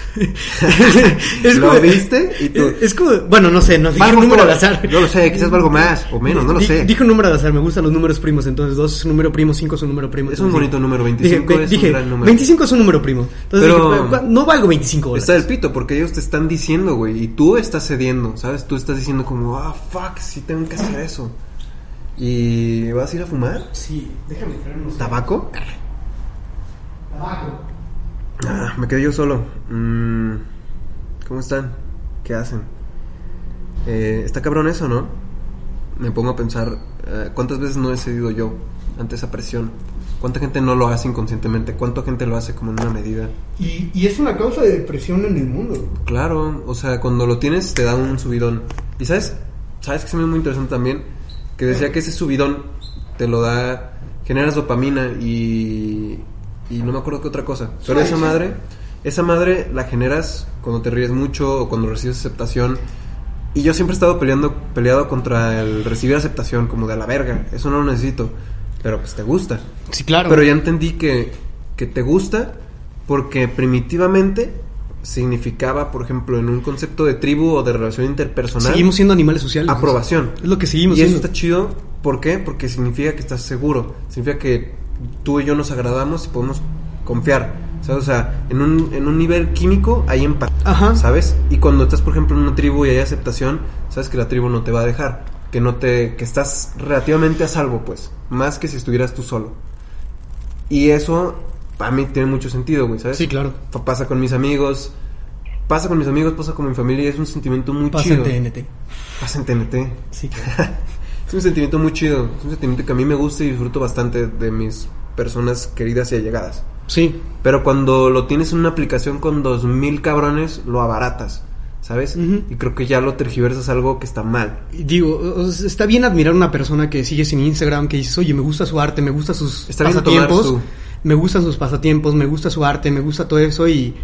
Speaker 1: ¿Lo viste? Y tú-
Speaker 2: Es como. Bueno, no sé, no dije
Speaker 1: Valgo
Speaker 2: un número al
Speaker 1: por-
Speaker 2: azar.
Speaker 1: No lo sé, quizás valgo más o menos, no lo
Speaker 2: Di-
Speaker 1: sé.
Speaker 2: Dije un número al azar, me gustan los números primos. Entonces, 2 es un número primo, 5 es un número primo.
Speaker 1: Es un
Speaker 2: entonces
Speaker 1: bonito número,
Speaker 2: dije-
Speaker 1: 25
Speaker 2: ve-
Speaker 1: es
Speaker 2: dije,
Speaker 1: un gran número.
Speaker 2: 25 es un número primo. Entonces,
Speaker 1: Pero-
Speaker 2: dije, "Cu- no valgo 25 dólares.
Speaker 1: Está del pito, porque ellos te están diciendo, güey, y tú estás cediendo, ¿sabes? Tú estás diciendo como, ah, fuck, sí tengo que hacer eso. ¿Y vas a ir a fumar?
Speaker 2: Sí, déjame
Speaker 1: ¿Tabaco? Ah, me quedé yo solo. Mm, ¿Cómo están? ¿Qué hacen? Eh, está cabrón eso, ¿no? Me pongo a pensar, eh, ¿cuántas veces no he cedido yo ante esa presión? ¿Cuánta gente no lo hace inconscientemente? ¿Cuánta gente lo hace como en una medida?
Speaker 2: Y, y es una causa de depresión en el mundo.
Speaker 1: Claro, o sea, cuando lo tienes te da un subidón. Y sabes, sabes que se me hizo muy interesante también, que decía que ese subidón te lo da, generas dopamina y, y no me acuerdo qué otra cosa. Pero
Speaker 2: Sí,
Speaker 1: esa
Speaker 2: sí.
Speaker 1: madre, esa madre la generas cuando te ríes mucho o cuando recibes aceptación. Y yo siempre he estado peleando, peleado contra el recibir aceptación, como de a la verga, eso no lo necesito. Pero pues te gusta.
Speaker 2: Sí, claro.
Speaker 1: Pero ya entendí que, que te gusta porque primitivamente significaba, por ejemplo, en un concepto de tribu o de relación interpersonal,
Speaker 2: Seguimos siendo animales sociales.
Speaker 1: aprobación.
Speaker 2: Es lo que
Speaker 1: Y eso
Speaker 2: seguimos siendo.
Speaker 1: está chido, ¿por qué? Porque significa que estás seguro, significa que tú y yo nos agradamos y podemos confiar. ¿sabes? O sea, en un, en un nivel químico hay empatía,
Speaker 2: Ajá.
Speaker 1: ¿sabes? Y cuando estás, por ejemplo, en una tribu y hay aceptación, sabes que la tribu no te va a dejar, que no te que estás relativamente a salvo, pues, más que si estuvieras tú solo. Y eso para mí tiene mucho sentido, güey, ¿sabes?
Speaker 2: Sí, claro.
Speaker 1: Fa- Pasa con mis amigos, pasa con mis amigos, pasa con mi familia, y es un sentimiento muy
Speaker 2: Pasa
Speaker 1: chido.
Speaker 2: en TNT.
Speaker 1: Pasa en TNT.
Speaker 2: Sí,
Speaker 1: [laughs]
Speaker 2: claro.
Speaker 1: Es un sentimiento muy chido, es un sentimiento que a mí me gusta y disfruto bastante de mis personas queridas y allegadas.
Speaker 2: sí.
Speaker 1: Pero cuando lo tienes en una aplicación con dos mil cabrones, lo abaratas, ¿sabes?
Speaker 2: Ujú.
Speaker 1: Y creo que ya lo tergiversas algo que está mal.
Speaker 2: Y Digo, o sea, está bien admirar a una persona que sigues en Instagram, que dices, oye, me gusta su arte, me gusta sus
Speaker 1: Está bien
Speaker 2: pasatiempos,
Speaker 1: tomar su-
Speaker 2: me gustan sus pasatiempos, me gusta su arte, me gusta todo eso y...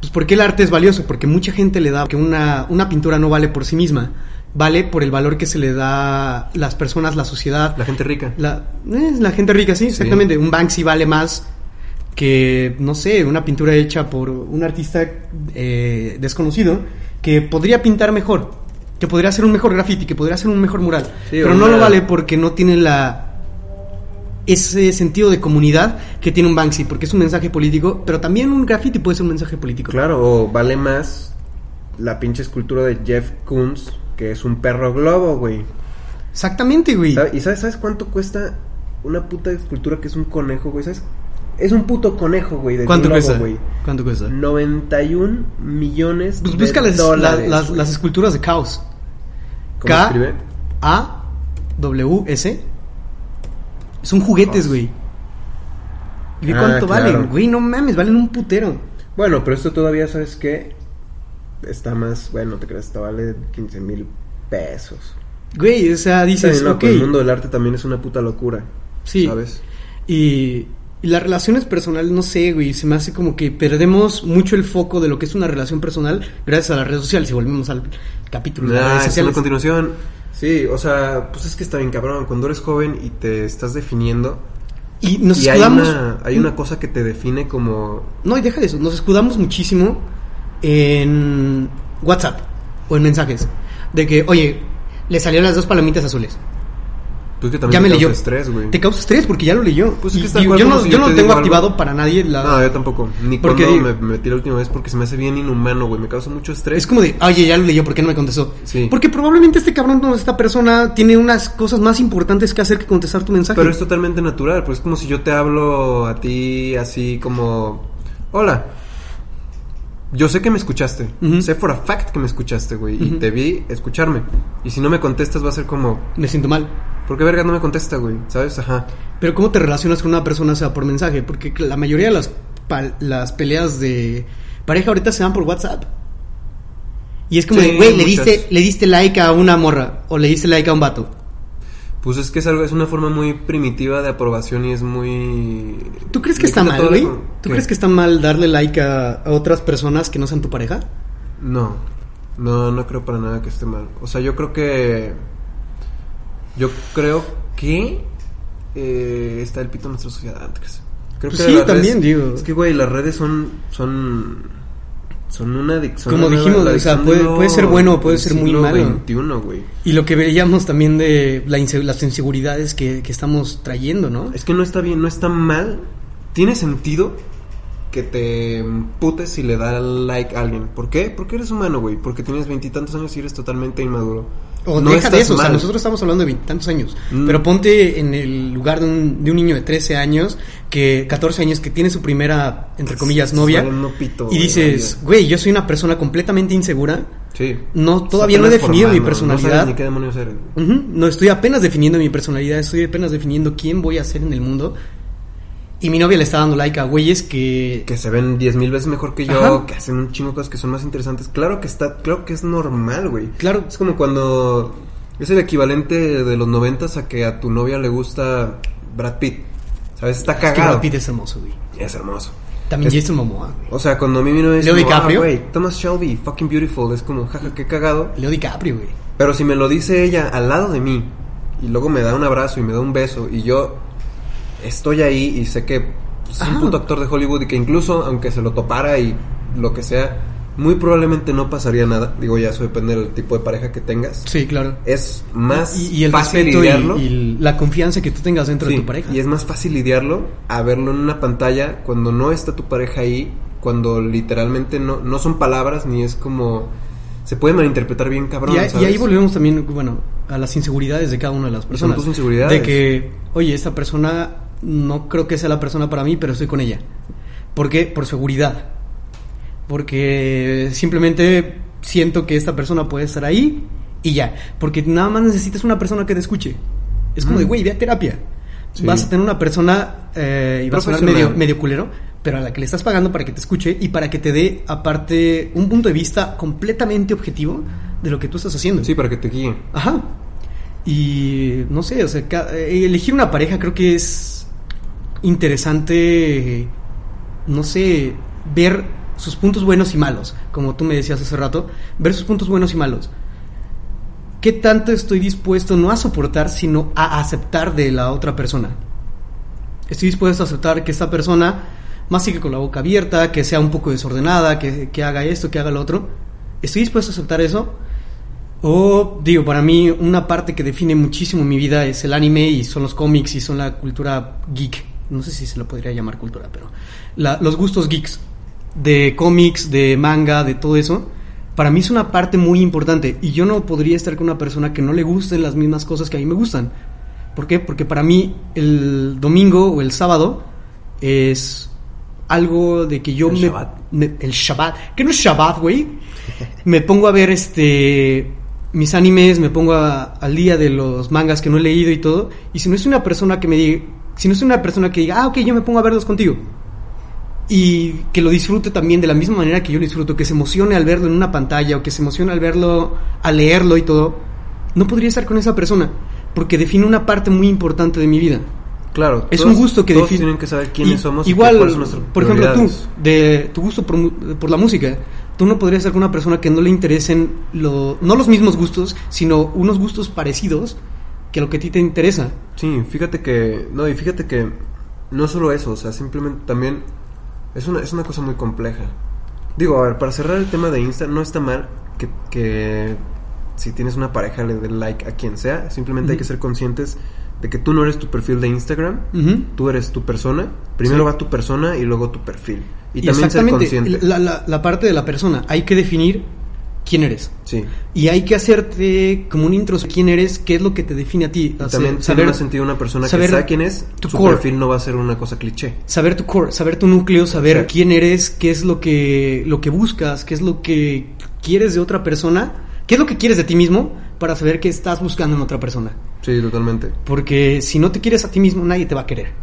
Speaker 2: Pues porque el arte es valioso, porque mucha gente le da que una, una pintura no vale por sí misma, vale por el valor que se le da las personas, la sociedad,
Speaker 1: La gente rica.
Speaker 2: la, eh, la gente rica, sí, exactamente. Un Banksy vale más que, no sé, una pintura hecha por un artista eh, desconocido que podría pintar mejor, que podría hacer un mejor graffiti, que podría hacer un mejor mural.
Speaker 1: Sí,
Speaker 2: pero
Speaker 1: o
Speaker 2: no
Speaker 1: una-
Speaker 2: lo vale porque no tiene la ese sentido de comunidad que tiene un Banksy, porque es un mensaje político, pero también un graffiti puede ser un mensaje político.
Speaker 1: Claro, o vale más la pinche escultura de Jeff Koons, que es un perro globo, güey.
Speaker 2: Exactamente, güey.
Speaker 1: ¿Sabe- ¿Y sabes, sabes cuánto cuesta una puta escultura que es un conejo, güey? ¿Sabes? Es un puto conejo, güey. de
Speaker 2: ¿Cuánto
Speaker 1: globo,
Speaker 2: cuesta?
Speaker 1: güey.
Speaker 2: ¿Cuánto cuesta?
Speaker 1: 91 millones
Speaker 2: Pues
Speaker 1: de
Speaker 2: busca las, la-
Speaker 1: dólares.
Speaker 2: las-
Speaker 1: güey.
Speaker 2: las esculturas de caos.
Speaker 1: ¿Cómo
Speaker 2: K
Speaker 1: escribe?
Speaker 2: A W S son juguetes,
Speaker 1: Ah.
Speaker 2: güey. ¿Y ve
Speaker 1: Ah,
Speaker 2: cuánto
Speaker 1: claro.
Speaker 2: valen? Güey, no mames, valen un putero.
Speaker 1: Bueno, pero esto todavía, ¿sabes qué? Está más, bueno, te crees, te vale 15 mil pesos.
Speaker 2: Güey, o sea, dices,
Speaker 1: Está bien
Speaker 2: ok.
Speaker 1: loco, El mundo del arte también es una puta locura.
Speaker 2: Sí. Ah,
Speaker 1: ¿Sabes?
Speaker 2: Y, y las relaciones personales, no sé, güey, se me hace como que perdemos mucho el foco de lo que es una relación personal gracias a las redes sociales. Y volvemos al capítulo de las
Speaker 1: Ah,
Speaker 2: redes
Speaker 1: es una
Speaker 2: sociales.
Speaker 1: continuación. Sí, o sea, pues es que está bien cabrón. Cuando eres joven y te estás definiendo,
Speaker 2: Y nos
Speaker 1: y hay
Speaker 2: escudamos-
Speaker 1: una, hay una cosa que te define como.
Speaker 2: No, y deja de eso. Nos escudamos muchísimo en WhatsApp o en mensajes. De que, oye, le salieron las dos palomitas azules.
Speaker 1: Pues que también
Speaker 2: ya me
Speaker 1: te
Speaker 2: leyó.
Speaker 1: causa estrés, güey.
Speaker 2: Te causa estrés porque ya lo leyó.
Speaker 1: Pues es que
Speaker 2: Y
Speaker 1: está
Speaker 2: digo,
Speaker 1: igual
Speaker 2: yo
Speaker 1: como
Speaker 2: no,
Speaker 1: si
Speaker 2: yo
Speaker 1: yo
Speaker 2: no
Speaker 1: te
Speaker 2: tengo
Speaker 1: digo algo.
Speaker 2: activado para nadie la.
Speaker 1: No, eh. yo tampoco. Ni
Speaker 2: Porque
Speaker 1: cuando me
Speaker 2: digo-
Speaker 1: me metí la última vez porque se me hace bien inhumano, güey. Me causa mucho estrés.
Speaker 2: Es como de, oye, ya lo leyó, ¿por qué no me contestó?
Speaker 1: Sí.
Speaker 2: Porque probablemente este cabrón no, esta persona tiene unas cosas más importantes que hacer que contestar tu mensaje.
Speaker 1: Pero es totalmente natural, pues es como si yo te hablo a ti así como, hola, yo sé que me escuchaste,
Speaker 2: Ujú.
Speaker 1: sé for a fact que me escuchaste, güey,
Speaker 2: Ujú.
Speaker 1: y te vi escucharme. Y si no me contestas va a ser como,
Speaker 2: Me siento mal.
Speaker 1: ¿por qué verga no me contesta, güey? ¿Sabes? Ajá.
Speaker 2: Pero ¿cómo te relacionas con una persona o sea por mensaje? Porque la mayoría de las, pal- las peleas de pareja ahorita se dan por WhatsApp. Y es como
Speaker 1: Sí,
Speaker 2: de, güey, le
Speaker 1: muchas.
Speaker 2: diste, le diste like a una morra o le diste like a un vato.
Speaker 1: Pues es que es algo, es una forma muy primitiva de aprobación y es muy...
Speaker 2: ¿Tú crees que
Speaker 1: le
Speaker 2: está
Speaker 1: quita
Speaker 2: mal,
Speaker 1: todo
Speaker 2: güey?
Speaker 1: lo-
Speaker 2: ¿Tú
Speaker 1: ¿Qué?
Speaker 2: crees que está mal darle like a, a otras personas que no sean tu pareja?
Speaker 1: No, no, no creo para nada que esté mal. O sea, yo creo que. Yo creo que. eh, está el pito en nuestra sociedad antes. Creo
Speaker 2: Pues
Speaker 1: que
Speaker 2: sí,
Speaker 1: las redes-
Speaker 2: también, digo.
Speaker 1: Es que, güey, las redes son. Son. Son una adicción.
Speaker 2: Como
Speaker 1: una nueva-
Speaker 2: dijimos,
Speaker 1: la
Speaker 2: o sea,
Speaker 1: adicción
Speaker 2: puede-
Speaker 1: de lo-
Speaker 2: puede ser bueno o puede
Speaker 1: del
Speaker 2: ser muy
Speaker 1: siglo
Speaker 2: malo.
Speaker 1: 21, güey.
Speaker 2: Y lo que veíamos también de la inse- las inseguridades que, que estamos trayendo, ¿no?
Speaker 1: Es que no está bien, no está mal. Tiene sentido que te putes si le da like a alguien. ¿Por qué? Porque eres humano, güey. Porque tienes veintitantos años y eres totalmente inmaduro.
Speaker 2: O
Speaker 1: No
Speaker 2: deja de
Speaker 1: estás
Speaker 2: eso, o sea,
Speaker 1: mal.
Speaker 2: nosotros estamos hablando de veintitantos años.
Speaker 1: Mm.
Speaker 2: Pero ponte en el lugar de un, de un niño de 13 años, que 14 años, que tiene su primera, entre comillas,
Speaker 1: Estás
Speaker 2: novia.
Speaker 1: valiendo pito,
Speaker 2: Y
Speaker 1: güey,
Speaker 2: dices,
Speaker 1: vaya.
Speaker 2: güey, yo soy una persona completamente insegura.
Speaker 1: Sí.
Speaker 2: No, todavía no he
Speaker 1: Apenas
Speaker 2: definido mi
Speaker 1: formando, No
Speaker 2: personalidad.
Speaker 1: sabes ni qué demonios eres.
Speaker 2: Ujú, No estoy apenas definiendo mi personalidad, estoy apenas definiendo quién voy a ser en el mundo. Y mi novia le está dando like a güeyes que...
Speaker 1: Que se ven diez mil veces mejor que yo,
Speaker 2: Ajá.
Speaker 1: que hacen un chingo de cosas que son más interesantes. Claro que está, claro que es normal, güey.
Speaker 2: Claro.
Speaker 1: Es como cuando es el equivalente de los noventas a que a tu novia le gusta Brad Pitt. ¿Sabes? Está
Speaker 2: Es que
Speaker 1: cagado.
Speaker 2: Brad Pitt es hermoso, güey.
Speaker 1: Es hermoso.
Speaker 2: También
Speaker 1: Es-
Speaker 2: Jason Momoa, güey.
Speaker 1: O sea, cuando a mí mi novia dice,
Speaker 2: Leo
Speaker 1: como,
Speaker 2: DiCaprio.
Speaker 1: "Ah, güey, Thomas Shelby, fucking beautiful, es como, jaja, qué cagado.
Speaker 2: Leo DiCaprio, güey.
Speaker 1: Pero si me lo dice ella al lado de mí y luego me da un abrazo y me da un beso y yo estoy ahí y sé que pues, es
Speaker 2: Ajá.
Speaker 1: un puto actor de Hollywood y que incluso aunque se lo topara y lo que sea, muy probablemente no pasaría nada. Digo, ya eso depende del tipo de pareja que tengas.
Speaker 2: Sí, claro.
Speaker 1: Es más
Speaker 2: y, y el
Speaker 1: fácil
Speaker 2: respeto y,
Speaker 1: lidiarlo.
Speaker 2: y la confianza que tú tengas dentro
Speaker 1: Sí,
Speaker 2: de tu pareja.
Speaker 1: y es más fácil lidiarlo a verlo en una pantalla cuando no está tu pareja ahí, cuando literalmente no, no son palabras ni es como... Se puede malinterpretar bien cabrón.
Speaker 2: Y a- y
Speaker 1: ¿sabes?
Speaker 2: ahí volvemos también, bueno, a las inseguridades de cada una de las personas.
Speaker 1: tus inseguridades.
Speaker 2: De que, oye, esta persona no creo que sea la persona para mí, pero estoy con ella. ¿Por qué? Por seguridad. Porque simplemente siento que esta persona puede estar ahí y ya. Porque nada más necesitas una persona que te escuche. Es como de,
Speaker 1: Mm.
Speaker 2: güey, ve a terapia.
Speaker 1: Sí.
Speaker 2: Vas a tener una persona eh, y va a sonar
Speaker 1: Profesional.
Speaker 2: medio, medio culero, pero a la que le estás pagando para que te escuche y para que te dé, aparte, un punto de vista completamente objetivo de lo que tú estás haciendo.
Speaker 1: Sí, para que te guíe.
Speaker 2: Ajá. Y no sé, o sea, ca- eh, elegir una pareja creo que es interesante, eh, no sé, ver sus puntos buenos y malos, como tú me decías hace rato, ver sus puntos buenos y malos. ¿Qué tanto estoy dispuesto no a soportar, sino a aceptar de la otra persona? Estoy dispuesto a aceptar que esta persona más sigue con la boca abierta, que sea un poco desordenada, que, que haga esto, que haga lo otro. Estoy dispuesto a aceptar eso o, digo, para mí una parte que define muchísimo mi vida es el anime y son los cómics y son la cultura geek. No sé si se lo podría llamar cultura, pero la- los gustos geeks de cómics, de manga, de todo eso, para mí es una parte muy importante y yo no podría estar con una persona que no le gusten las mismas cosas que a mí me gustan. ¿Por qué? Porque para mí el domingo o el sábado es algo de que yo
Speaker 1: El
Speaker 2: me,
Speaker 1: Shabbat.
Speaker 2: me- el Shabbat, ¿qué no es Shabbat, güey? me pongo a ver este mis animes, me pongo a- al día de los mangas que no he leído y todo, y si no es una persona que me diga, si no es una persona que diga, "Ah, ok, yo me pongo a verlos contigo." Y que lo disfrute también de la misma manera que yo lo disfruto, que se emocione al verlo en una pantalla o que se emocione al verlo, al leerlo y todo. No podría estar con esa persona, porque define una parte muy importante de mi vida.
Speaker 1: Claro.
Speaker 2: Es
Speaker 1: todos-
Speaker 2: un gusto que
Speaker 1: todos
Speaker 2: define-
Speaker 1: tienen que saber quiénes
Speaker 2: Y-
Speaker 1: somos. y
Speaker 2: Igual,
Speaker 1: cuáles son nuestras
Speaker 2: por ejemplo, tú,
Speaker 1: prioridades.
Speaker 2: de tu gusto por, mu- por la música, tú no podrías ser con una persona que no le interesen lo- no los mismos gustos, sino unos gustos parecidos que lo que a ti te interesa.
Speaker 1: Sí, fíjate que. No, y fíjate que. No solo eso, o sea, simplemente también. Es una, es una cosa muy compleja. Digo, a ver, para cerrar el tema de Insta, no está mal que, que si tienes una pareja le den like a quien sea. Simplemente hay
Speaker 2: Ujú.
Speaker 1: que ser conscientes de que tú no eres tu perfil de Instagram.
Speaker 2: Ujú.
Speaker 1: Tú eres tu persona.
Speaker 2: Sí.
Speaker 1: Primero va tu persona y luego tu perfil. Y, también ser
Speaker 2: exactamente,
Speaker 1: consciente.
Speaker 2: la- la- la parte de la persona, hay que definir quién eres.
Speaker 1: Sí.
Speaker 2: Y hay que hacerte como un intro de quién eres, qué es lo que te define a ti.
Speaker 1: Y
Speaker 2: hacer-
Speaker 1: también si no
Speaker 2: saber-
Speaker 1: más sentido una persona
Speaker 2: saber
Speaker 1: que sabe quién es,
Speaker 2: tu
Speaker 1: su
Speaker 2: core.
Speaker 1: perfil no va a ser una cosa cliché.
Speaker 2: saber tu core, saber tu núcleo, saber
Speaker 1: Exacto.
Speaker 2: quién eres, qué es lo que lo que buscas, qué es lo que quieres de otra persona, qué es lo que quieres de ti mismo para saber qué estás buscando en otra persona.
Speaker 1: Sí, totalmente.
Speaker 2: Porque si no te quieres a ti mismo, nadie te va a querer.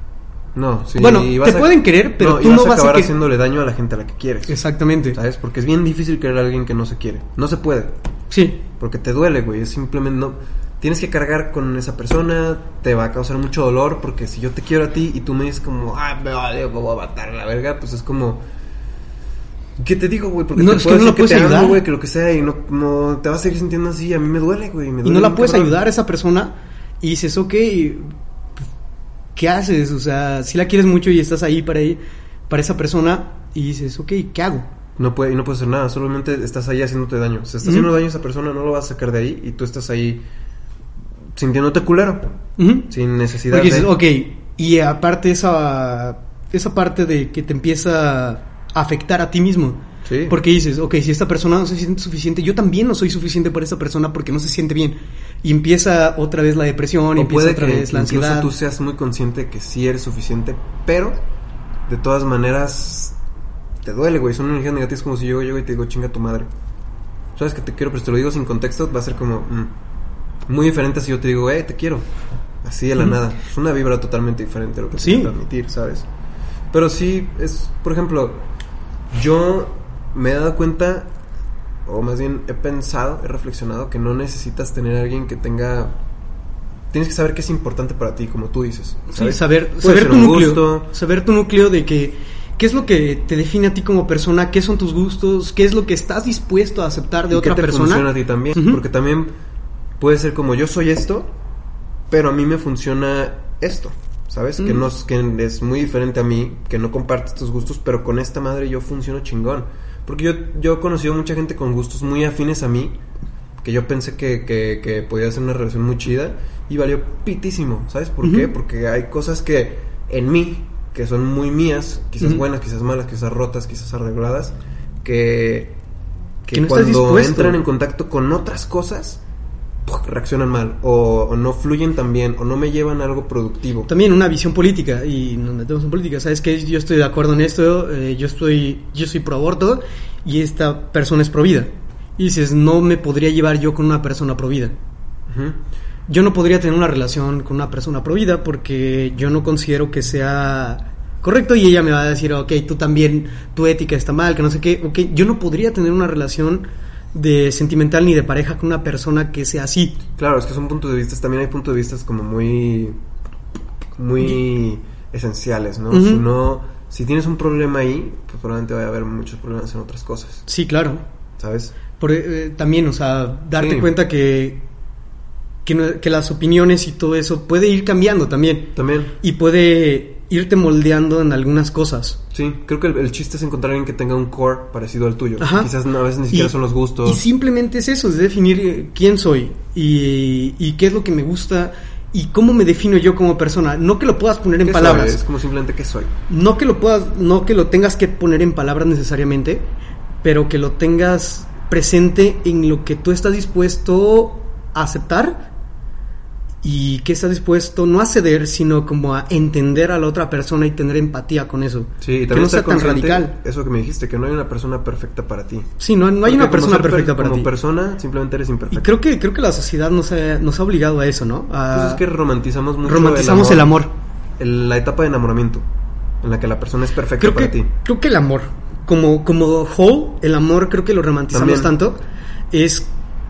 Speaker 1: No, sí.
Speaker 2: Bueno,
Speaker 1: y
Speaker 2: te pueden querer, pero
Speaker 1: y
Speaker 2: tú no vas a
Speaker 1: acabar
Speaker 2: que-
Speaker 1: haciéndole daño a la gente a la que quieres.
Speaker 2: Exactamente.
Speaker 1: ¿Sabes? Porque es bien difícil querer a alguien que no se quiere. No se puede.
Speaker 2: Sí.
Speaker 1: Porque te duele, güey. Es simplemente no. Tienes que cargar con esa persona. Te va a causar mucho dolor. Porque si yo te quiero a ti y tú me dices como, ah, me vale, me voy a matar a la verga. Pues es como. ¿Qué te digo, güey? Porque
Speaker 2: No,
Speaker 1: te
Speaker 2: es que
Speaker 1: puedo
Speaker 2: no la
Speaker 1: decir que
Speaker 2: puedes
Speaker 1: te amo,
Speaker 2: ayudar.
Speaker 1: güey, que lo que sea. Y no, no te vas a seguir sintiendo así. A mí me duele, güey. me
Speaker 2: Y no
Speaker 1: duele
Speaker 2: la
Speaker 1: bien
Speaker 2: puedes
Speaker 1: cabrón.
Speaker 2: ayudar a esa persona y dices, ok, ¿qué haces? O sea, si la quieres mucho y estás ahí para, para esa persona y dices, ok, ¿qué hago?
Speaker 1: No puede, y no puedes hacer nada, solamente estás ahí haciéndote daño. Se está
Speaker 2: Ujú.
Speaker 1: haciendo daño a esa persona, no lo vas a sacar de ahí y tú estás ahí sintiéndote culero,
Speaker 2: Ujú.
Speaker 1: sin necesidad
Speaker 2: Porque dices,
Speaker 1: de...
Speaker 2: ok, y aparte esa, esa parte de que te empieza a afectar a ti mismo.
Speaker 1: Sí.
Speaker 2: Porque dices, ok, si esta persona no se siente suficiente, yo también no soy suficiente para esta persona porque no se siente bien. Y empieza otra vez la depresión,
Speaker 1: O
Speaker 2: empieza
Speaker 1: puede
Speaker 2: otra
Speaker 1: que
Speaker 2: vez la
Speaker 1: incluso
Speaker 2: ansiedad.
Speaker 1: tú seas muy consciente que sí eres suficiente, pero de todas maneras te duele, güey. Son energías negativas como si yo llego y te digo, chinga tu madre. Sabes que te quiero, pero si te lo digo sin contexto, va a ser como... mm, Muy diferente si yo te digo, eh, te quiero. Así de la
Speaker 2: Ujú.
Speaker 1: nada. Es una vibra totalmente diferente a lo que te
Speaker 2: Sí.
Speaker 1: quiero transmitir, ¿sabes? Pero sí, es, por ejemplo, yo me he dado cuenta, o más bien he pensado, he reflexionado que no necesitas tener a alguien que tenga... Tienes que saber qué es importante para ti, como tú dices.
Speaker 2: Sí,
Speaker 1: ¿sabes?
Speaker 2: saber,
Speaker 1: Puede
Speaker 2: saber
Speaker 1: ser
Speaker 2: tu
Speaker 1: un
Speaker 2: núcleo.
Speaker 1: gusto.
Speaker 2: Saber tu núcleo de que qué es lo que te define a ti como persona, qué son tus gustos, qué es lo que estás dispuesto a aceptar de
Speaker 1: ¿Y
Speaker 2: otra
Speaker 1: qué te funciona a
Speaker 2: persona.
Speaker 1: ti también.
Speaker 2: Ujú.
Speaker 1: Porque también puede ser como yo soy esto, pero a mí me funciona esto. ¿Sabes? Que,
Speaker 2: Mm.
Speaker 1: no, es- que es muy diferente a mí, que no comparte estos gustos, pero con esta madre yo funciono chingón. Porque yo, yo he conocido mucha gente con gustos muy afines a mí, que yo pensé que, que, que podía ser una relación muy chida, y valió pitísimo. ¿Sabes por
Speaker 2: Ujú.
Speaker 1: qué? Porque hay cosas que en mí, que son muy mías, quizás
Speaker 2: Ujú.
Speaker 1: buenas, quizás malas, quizás rotas, quizás arregladas, que que,
Speaker 2: Que no estás
Speaker 1: cuando
Speaker 2: dispuesto.
Speaker 1: entran en contacto con otras cosas, ¡puj! reaccionan mal, o, o no fluyen tan bien, o no me llevan a algo productivo.
Speaker 2: También una visión política y nos metemos en política. ¿Sabes que Yo estoy de acuerdo en esto, eh, yo, estoy, yo soy pro aborto y esta persona es pro vida. Y dices, no me podría llevar yo con una persona pro vida.
Speaker 1: Ujú.
Speaker 2: Yo no podría tener una relación con una persona pro vida porque yo no considero que sea correcto y ella me va a decir, ok, tú también, tu ética está mal, que no sé qué. Ok, yo no podría tener una relación de sentimental ni de pareja con una persona que sea así.
Speaker 1: Claro, es que son puntos de vista, también hay puntos de vista como muy, muy esenciales, ¿no?
Speaker 2: Ujú.
Speaker 1: Si no, si tienes un problema ahí, pues probablemente vaya a haber muchos problemas en otras cosas,
Speaker 2: Sí, claro.
Speaker 1: ¿sabes?
Speaker 2: Por, eh, también, o sea, darte
Speaker 1: Sí.
Speaker 2: cuenta que, que, no- que las opiniones y todo eso puede ir cambiando también.
Speaker 1: También,
Speaker 2: Y puede irte moldeando en algunas cosas.
Speaker 1: sí, creo que el, el chiste es encontrar a alguien que tenga un core parecido al tuyo.
Speaker 2: Ajá.
Speaker 1: Quizás no, a veces ni siquiera
Speaker 2: Y-
Speaker 1: son los gustos.
Speaker 2: Y simplemente es eso, es definir eh, quién soy y, y qué es lo que me gusta y cómo me defino yo como persona. No que lo puedas poner en
Speaker 1: ¿Qué
Speaker 2: palabras.
Speaker 1: soy? Es como simplemente que soy.
Speaker 2: No que lo puedas, no que lo tengas que poner en palabras necesariamente, pero que lo tengas presente en lo que tú estás dispuesto a aceptar y que estás dispuesto no a ceder, sino como a entender a la otra persona y tener empatía con eso.
Speaker 1: Sí, y
Speaker 2: que
Speaker 1: también
Speaker 2: no
Speaker 1: estar
Speaker 2: sea tan
Speaker 1: consciente
Speaker 2: radical.
Speaker 1: Eso que me dijiste, que no hay una persona perfecta para ti.
Speaker 2: Sí, no, no hay
Speaker 1: Porque
Speaker 2: una
Speaker 1: como
Speaker 2: persona
Speaker 1: ser per-
Speaker 2: perfecta para ti.
Speaker 1: Como persona, simplemente eres
Speaker 2: Y
Speaker 1: imperfecto.
Speaker 2: creo que creo que la sociedad nos ha, nos ha obligado a eso, ¿no? A-
Speaker 1: Entonces Pues es que romantizamos mucho
Speaker 2: romantizamos el amor.
Speaker 1: el- la etapa de enamoramiento en la que la persona es perfecta
Speaker 2: Creo
Speaker 1: para
Speaker 2: que,
Speaker 1: ti.
Speaker 2: creo que el amor, como, como whole, el amor creo que lo romantizamos
Speaker 1: También.
Speaker 2: tanto. Es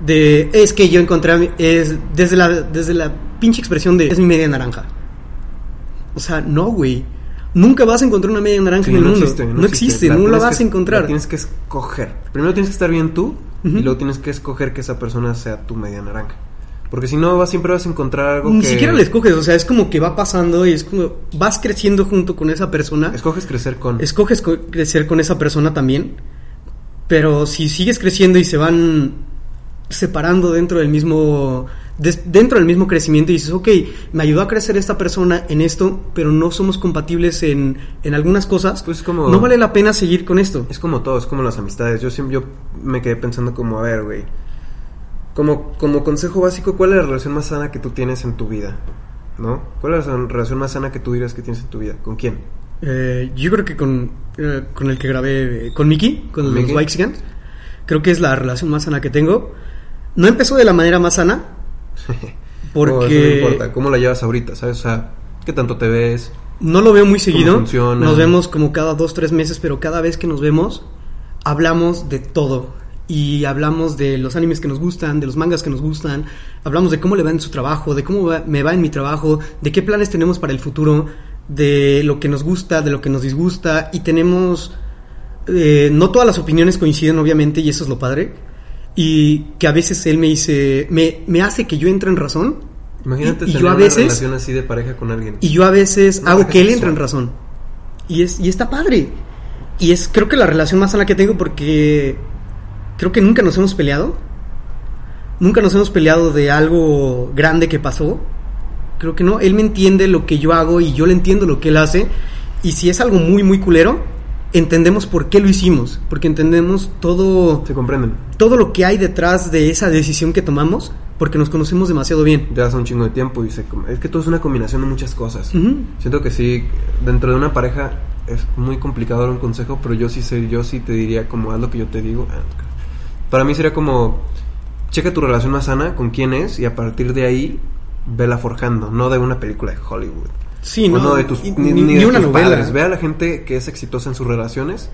Speaker 2: de. Es que yo encontré. a mi- Es desde la, desde la pinche expresión de. Es mi media naranja. O sea, no, güey. Nunca vas a encontrar una media naranja
Speaker 1: Sí,
Speaker 2: en el
Speaker 1: no
Speaker 2: mundo.
Speaker 1: existe,
Speaker 2: no existe, no la
Speaker 1: tienes
Speaker 2: vas
Speaker 1: que-
Speaker 2: a encontrar.
Speaker 1: la tienes que escoger. Primero tienes que estar bien tú
Speaker 2: Ujú.
Speaker 1: y luego tienes que escoger que esa persona sea tu media naranja. Porque si no, vas, siempre vas a encontrar algo
Speaker 2: Ni
Speaker 1: que...
Speaker 2: siquiera la escoges, o sea, es como que va pasando y es como. Vas creciendo junto con esa persona.
Speaker 1: Escoges crecer con...
Speaker 2: escoges co- crecer con esa persona también, pero si sigues creciendo y se van separando dentro del mismo des- dentro del mismo crecimiento y dices, ok, me ayudó a crecer esta persona en esto, pero no somos compatibles en, en algunas cosas,
Speaker 1: Pues como-
Speaker 2: no vale la pena seguir con esto.
Speaker 1: Es como todo, es como las amistades. Yo siempre yo me quedé pensando como, a ver, güey. Como, como consejo básico, ¿cuál es la relación más sana que tú tienes en tu vida? ¿No? ¿Cuál es la relación más sana que tú dirías que tienes en tu vida? ¿Con [laughs] quién?
Speaker 2: Eh, yo creo que con, eh, con el que grabé, eh, con Mickey, con
Speaker 1: ¿Con
Speaker 2: los
Speaker 1: Mickey?
Speaker 2: Whitexicans, creo que es la relación más sana que tengo. No empezó de la manera más sana, porque...
Speaker 1: Oh, eso no importa. ¿Cómo la llevas ahorita? ¿Sabes? O sea, ¿qué tanto te ves?
Speaker 2: No lo veo muy seguido.
Speaker 1: funciona?
Speaker 2: Nos vemos como cada dos, tres meses, pero cada vez que nos vemos, hablamos de todo. Y hablamos de los animes que nos gustan, de los mangas que nos gustan, hablamos de cómo le va en su trabajo, de cómo va- me va en mi trabajo, de qué planes tenemos para el futuro, de lo que nos gusta, de lo que nos disgusta, y tenemos... eh, no todas las opiniones coinciden, obviamente, y eso es lo padre. Y que a veces él me dice, me, me hace que yo entre en razón,
Speaker 1: Imagínate
Speaker 2: Y- y
Speaker 1: tener
Speaker 2: yo a
Speaker 1: una
Speaker 2: veces-
Speaker 1: relación así de pareja con alguien.
Speaker 2: y yo a veces
Speaker 1: No,
Speaker 2: hago
Speaker 1: deja
Speaker 2: que él
Speaker 1: eso.
Speaker 2: entre en razón. Y, es, y está padre. Y es creo que la relación más sana que tengo porque creo que nunca nos hemos peleado. Nunca nos hemos peleado de algo grande que pasó. Creo que no. Él me entiende lo que yo hago y yo le entiendo lo que él hace. Y si es algo muy, muy culero, entendemos por qué lo hicimos. Porque entendemos todo,
Speaker 1: ¿Se comprenden?
Speaker 2: todo lo que hay detrás de esa decisión que tomamos porque nos conocemos demasiado bien.
Speaker 1: Te das un chingo de tiempo y se... com- Es que todo es una combinación de muchas cosas.
Speaker 2: Ujú.
Speaker 1: Siento que sí, dentro de una pareja es muy complicado dar un consejo, pero yo sí sé, yo sí te diría como haz lo que yo te digo. Ah, Para mí sería como checa tu relación más sana con quién es y a partir de ahí vela forjando, no de una película de Hollywood.
Speaker 2: Sí,
Speaker 1: o
Speaker 2: no,
Speaker 1: Pues no de tus
Speaker 2: y-
Speaker 1: ni,
Speaker 2: ni-
Speaker 1: ni
Speaker 2: ni
Speaker 1: de
Speaker 2: una
Speaker 1: tus
Speaker 2: novela.
Speaker 1: padres. Ve a la gente que es exitosa en sus relaciones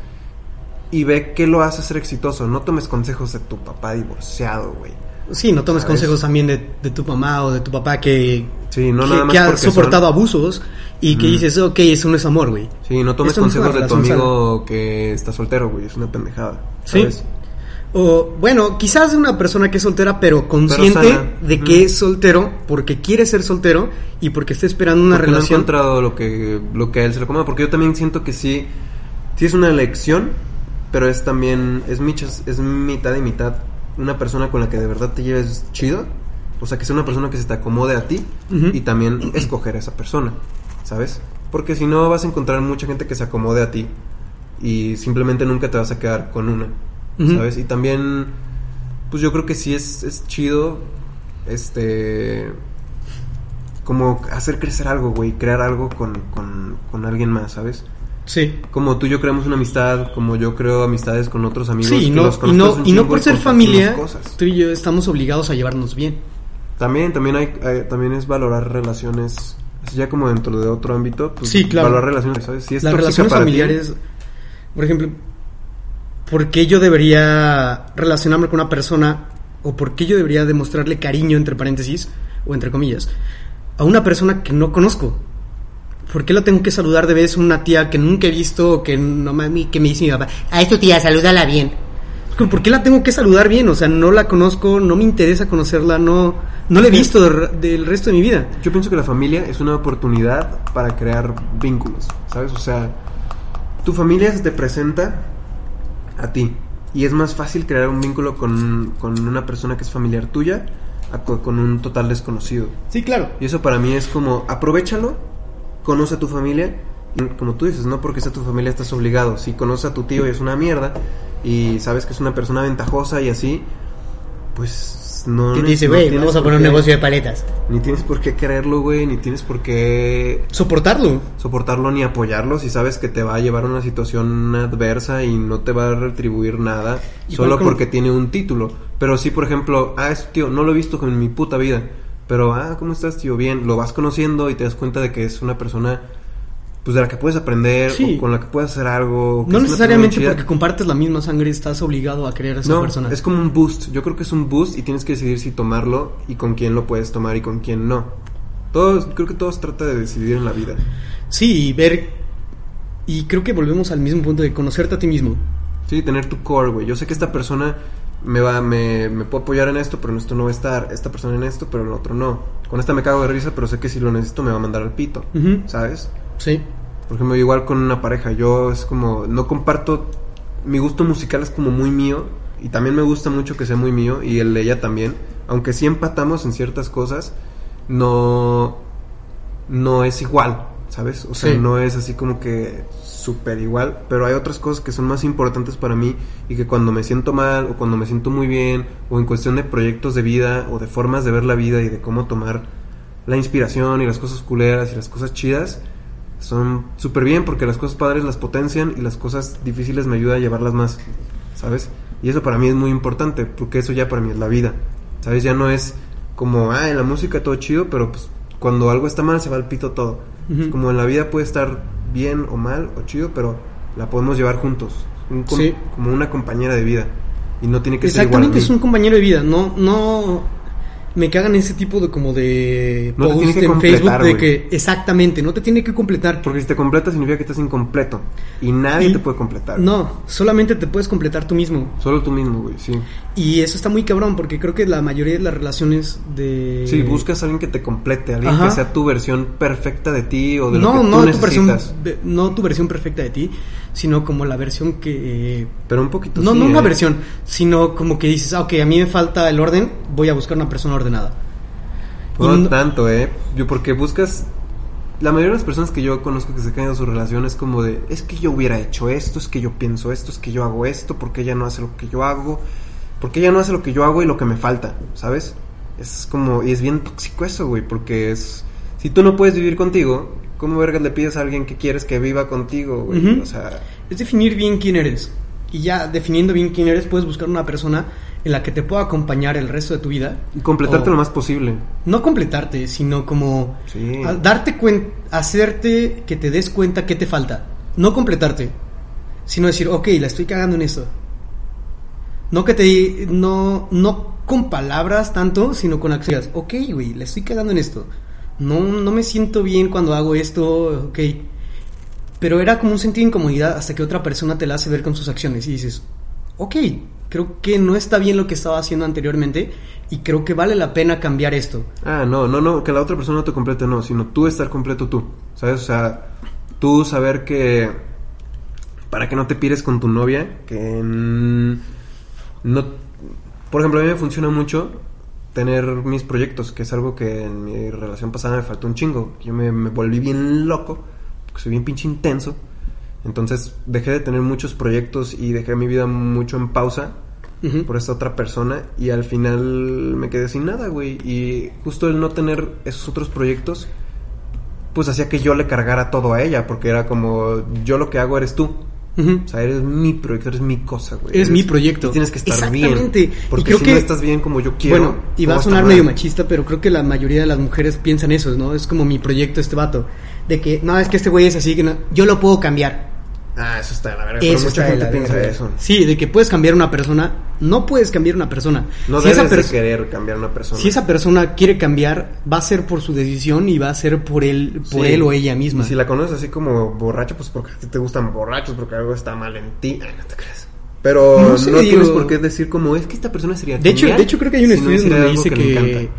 Speaker 1: y ve qué lo hace ser exitoso. No tomes consejos de tu papá divorciado, güey.
Speaker 2: Sí, no tomes
Speaker 1: ¿Sabes?
Speaker 2: consejos también de, de tu mamá o de tu papá que,
Speaker 1: Sí, no
Speaker 2: que,
Speaker 1: nada más
Speaker 2: que ha
Speaker 1: porque son-
Speaker 2: soportado abusos y que
Speaker 1: Mm.
Speaker 2: dices, ok, eso no es amor, güey.
Speaker 1: Sí, no tomes
Speaker 2: Esto no es una
Speaker 1: consejos de tu
Speaker 2: relación
Speaker 1: amigo que está soltero, güey. Es una pendejada.
Speaker 2: Sí.
Speaker 1: ¿sabes?
Speaker 2: O, bueno, quizás de una persona que es soltera, pero consciente
Speaker 1: sana.
Speaker 2: de
Speaker 1: Mm.
Speaker 2: que es soltero porque quiere ser soltero y porque está esperando una
Speaker 1: Porque No he
Speaker 2: relación.
Speaker 1: encontrado lo que, lo que a él se lo coma. Porque yo también siento que sí, sí es una elección, pero es también, es, michas, es mitad y mitad. Una persona con la que de verdad te lleves chido. O sea, que sea una persona que se te acomode a ti
Speaker 2: Ujú.
Speaker 1: y también escoger a esa persona, ¿sabes? Porque si no, vas a encontrar mucha gente que se acomode a ti y simplemente nunca te vas a quedar con una,
Speaker 2: Ujú.
Speaker 1: ¿sabes? Y también, pues yo creo que sí es, es chido este como hacer crecer algo, güey, crear algo con, con, con alguien más, ¿sabes?
Speaker 2: Sí.
Speaker 1: Como tú y yo creamos una amistad, como yo creo amistades con otros amigos.
Speaker 2: Sí, y
Speaker 1: que
Speaker 2: no,
Speaker 1: los
Speaker 2: y
Speaker 1: conozco hace
Speaker 2: no,
Speaker 1: un
Speaker 2: y no
Speaker 1: chingo
Speaker 2: por ser
Speaker 1: compartimos
Speaker 2: familia,
Speaker 1: cosas.
Speaker 2: tú y yo estamos obligados a llevarnos bien.
Speaker 1: También, también hay, hay- también es valorar relaciones, así ya como dentro de otro ámbito, pues,
Speaker 2: Sí, claro.
Speaker 1: valorar relaciones, ¿sabes? Si es
Speaker 2: Las
Speaker 1: tóxica
Speaker 2: relaciones
Speaker 1: para ti,
Speaker 2: familiares, por ejemplo, ¿por qué yo debería relacionarme con una persona o por qué yo debería demostrarle cariño, entre paréntesis, o entre comillas, a una persona que no conozco? ¿Por qué la tengo que saludar de vez una tía que nunca he visto o que no mami, que me dice mi papá? A esto tía, salúdala bien. ¿Por qué la tengo que saludar bien? O sea, no la conozco, no me interesa conocerla, no, no la he visto de- del resto de mi vida.
Speaker 1: Yo pienso que la familia es una oportunidad para crear vínculos, ¿sabes? O sea, tu familia se te presenta a ti y es más fácil crear un vínculo con, con una persona que es familiar tuya a co- con un total desconocido.
Speaker 2: Sí, claro.
Speaker 1: Y eso para mí es como, aprovechalo, conoce a tu familia, y como tú dices, no porque sea tu familia estás obligado, si conoces a tu tío y es una mierda y sabes que es una persona ventajosa y así, pues no...
Speaker 2: Que
Speaker 1: no-
Speaker 2: dice,
Speaker 1: no
Speaker 2: güey,
Speaker 1: tienes
Speaker 2: vamos a
Speaker 1: por
Speaker 2: poner un
Speaker 1: qué-
Speaker 2: negocio de paletas.
Speaker 1: Ni tienes por qué quererlo, güey, ni tienes por qué
Speaker 2: Soportarlo.
Speaker 1: soportarlo ni apoyarlo si sabes que te va a llevar a una situación adversa y no te va a retribuir nada
Speaker 2: Igual
Speaker 1: solo
Speaker 2: como-
Speaker 1: porque tiene un título. Pero sí, por ejemplo, ah, es tío, no lo he visto en mi puta vida, pero ah, ¿cómo estás, tío? Bien, lo vas conociendo y te das cuenta de que es una persona pues de la que puedes aprender
Speaker 2: Sí.
Speaker 1: o con la que puedes hacer algo. o que
Speaker 2: No
Speaker 1: es una
Speaker 2: necesariamente
Speaker 1: persona chida.
Speaker 2: porque compartes la misma sangre estás obligado a querer a esa
Speaker 1: No,
Speaker 2: persona.
Speaker 1: es como un boost. Yo creo que es un boost y tienes que decidir si tomarlo y con quién lo puedes tomar y con quién no. Todos, creo que todos trata de decidir en la vida.
Speaker 2: Sí, y ver... Y creo que volvemos al mismo punto de conocerte a ti mismo.
Speaker 1: Sí, tener tu core, güey. Yo sé que esta persona me va, me, me puede apoyar en esto, pero en esto no va a estar. Esta persona en esto, pero en lo otro no. Con esta me cago de risa, pero sé que si lo necesito me va a mandar al pito.
Speaker 2: Ujú.
Speaker 1: ¿Sabes?
Speaker 2: Sí.
Speaker 1: Por ejemplo, igual con una pareja. Yo es como, no comparto. Mi gusto musical es como muy mío. Y también me gusta mucho que sea muy mío. Y el de ella también. Aunque sí empatamos en ciertas cosas, no. No es igual, ¿sabes? O sea,
Speaker 2: Sí.
Speaker 1: no es así como que súper igual. Pero hay otras cosas que son más importantes para mí. Y que cuando me siento mal, o cuando me siento muy bien, o en cuestión de proyectos de vida, o de formas de ver la vida y de cómo tomar la inspiración y las cosas culeras y las cosas chidas son súper bien porque las cosas padres las potencian y las cosas difíciles me ayuda a llevarlas más, ¿sabes? Y eso para mí es muy importante porque eso ya para mí es la vida, ¿sabes? Ya no es como, ah, en la música todo chido, pero pues cuando algo está mal se va al pito todo.
Speaker 2: Ujú.
Speaker 1: Es Como en la vida puede estar bien o mal o chido, pero la podemos llevar juntos, un com-
Speaker 2: Sí.
Speaker 1: como una compañera de vida y no tiene que ser igual. a
Speaker 2: Exactamente,
Speaker 1: mí.
Speaker 2: es un compañero de vida. No, no... Me cagan ese tipo de como de...
Speaker 1: No te
Speaker 2: post
Speaker 1: tiene que
Speaker 2: en
Speaker 1: completar,
Speaker 2: Facebook de
Speaker 1: güey.
Speaker 2: que... Exactamente, no te tiene que completar.
Speaker 1: Porque si te completa significa que estás incompleto y nadie
Speaker 2: Y-
Speaker 1: te puede completar.
Speaker 2: No, solamente te puedes completar tú mismo.
Speaker 1: Solo tú mismo, güey, sí.
Speaker 2: Y eso está muy cabrón porque creo que la mayoría de las relaciones de...
Speaker 1: Sí, buscas a alguien que te complete, alguien
Speaker 2: Ajá.
Speaker 1: que sea tu versión perfecta de ti o de
Speaker 2: no,
Speaker 1: lo que
Speaker 2: no,
Speaker 1: tú
Speaker 2: tu versión,
Speaker 1: necesitas.
Speaker 2: de- no tu versión perfecta de ti, sino como la versión que... eh,
Speaker 1: Pero un poquito
Speaker 2: no,
Speaker 1: sí,
Speaker 2: no
Speaker 1: ¿eh?
Speaker 2: una versión, sino como que dices, ah, ok, a mí me falta el orden, voy a buscar una persona ordenada.
Speaker 1: No,
Speaker 2: Y no-
Speaker 1: tanto, ¿eh? Yo porque buscas... La mayoría de las personas que yo conozco que se caen de su relación es como de... Es que yo hubiera hecho esto, es que yo pienso esto, es que yo hago esto, porque ella no hace lo que yo hago, porque ella no hace lo que yo hago y lo que me falta, ¿sabes? Es como... Y es bien tóxico eso, güey, porque es... Si tú no puedes vivir contigo, ¿cómo vergas le pides a alguien que quieres que viva contigo, güey?
Speaker 2: Ujú.
Speaker 1: O sea...
Speaker 2: Es definir bien quién eres. Y ya definiendo bien quién eres, puedes buscar una persona en la que te pueda acompañar el resto de tu vida.
Speaker 1: y Completarte
Speaker 2: O-
Speaker 1: lo más posible.
Speaker 2: No completarte, sino como
Speaker 1: Sí.
Speaker 2: a- darte cuenta, hacerte que te des cuenta que te falta. No completarte, sino decir, ok, la estoy cagando en esto. No que te di- no, no con palabras tanto, sino con acciones. Ok, güey, la estoy cagando en esto. No, no me siento bien cuando hago esto, ok. Pero era como un sentido de incomodidad hasta que otra persona te la hace ver con sus acciones y dices, ok, creo que no está bien lo que estaba haciendo anteriormente y creo que vale la pena cambiar esto.
Speaker 1: Ah, no, no, no, que la otra persona no te complete, no, sino tú estar completo tú, ¿sabes? O sea, tú saber que... Para que no te pires con tu novia, que mm, no... Por ejemplo, a mí me funciona mucho tener mis proyectos, que es algo que en mi relación pasada me faltó un chingo. Yo me, me volví bien loco, porque soy bien pinche intenso. Entonces dejé de tener muchos proyectos y dejé mi vida mucho en pausa
Speaker 2: Ujú.
Speaker 1: por esta otra persona y al final me quedé sin nada, güey. Y justo el no tener esos otros proyectos, pues hacía que yo le cargara todo a ella, porque era como, yo lo que hago eres tú.
Speaker 2: Ujú.
Speaker 1: O sea, eres mi proyecto, eres mi cosa, güey.
Speaker 2: Eres mi proyecto.
Speaker 1: y tienes que estar
Speaker 2: Exactamente.
Speaker 1: bien.
Speaker 2: Y
Speaker 1: Porque
Speaker 2: creo
Speaker 1: si
Speaker 2: que-
Speaker 1: no estás bien como yo quiero.
Speaker 2: bueno, y va
Speaker 1: todo
Speaker 2: a sonar
Speaker 1: está
Speaker 2: medio
Speaker 1: mal.
Speaker 2: machista, pero creo que la mayoría de las mujeres piensan eso, ¿no? Es como mi proyecto este vato. De que, no, es que este güey es así, que no, yo lo puedo cambiar.
Speaker 1: Ah, eso está de la verga.
Speaker 2: Eso
Speaker 1: Pero mucha
Speaker 2: está de
Speaker 1: gente
Speaker 2: la
Speaker 1: piensa
Speaker 2: verga.
Speaker 1: eso.
Speaker 2: Sí, de que puedes cambiar una persona, no puedes cambiar una persona.
Speaker 1: No
Speaker 2: si,
Speaker 1: debes
Speaker 2: esa
Speaker 1: de
Speaker 2: pers-
Speaker 1: querer cambiar a una persona.
Speaker 2: si esa persona quiere cambiar, va a ser por su decisión y va a ser por él, por
Speaker 1: Sí.
Speaker 2: él o ella misma.
Speaker 1: Y si la conoces así como borracho, pues porque a ti te gustan borrachos, porque algo está mal en ti. Ay, no te creas. Pero
Speaker 2: No
Speaker 1: no,
Speaker 2: sé,
Speaker 1: tienes
Speaker 2: digo-
Speaker 1: por qué decir como es que esta persona sería
Speaker 2: De hecho,
Speaker 1: genial
Speaker 2: de hecho creo que hay un
Speaker 1: si no
Speaker 2: estudio en
Speaker 1: hiciera
Speaker 2: donde
Speaker 1: algo
Speaker 2: dice
Speaker 1: le
Speaker 2: que,
Speaker 1: encanta.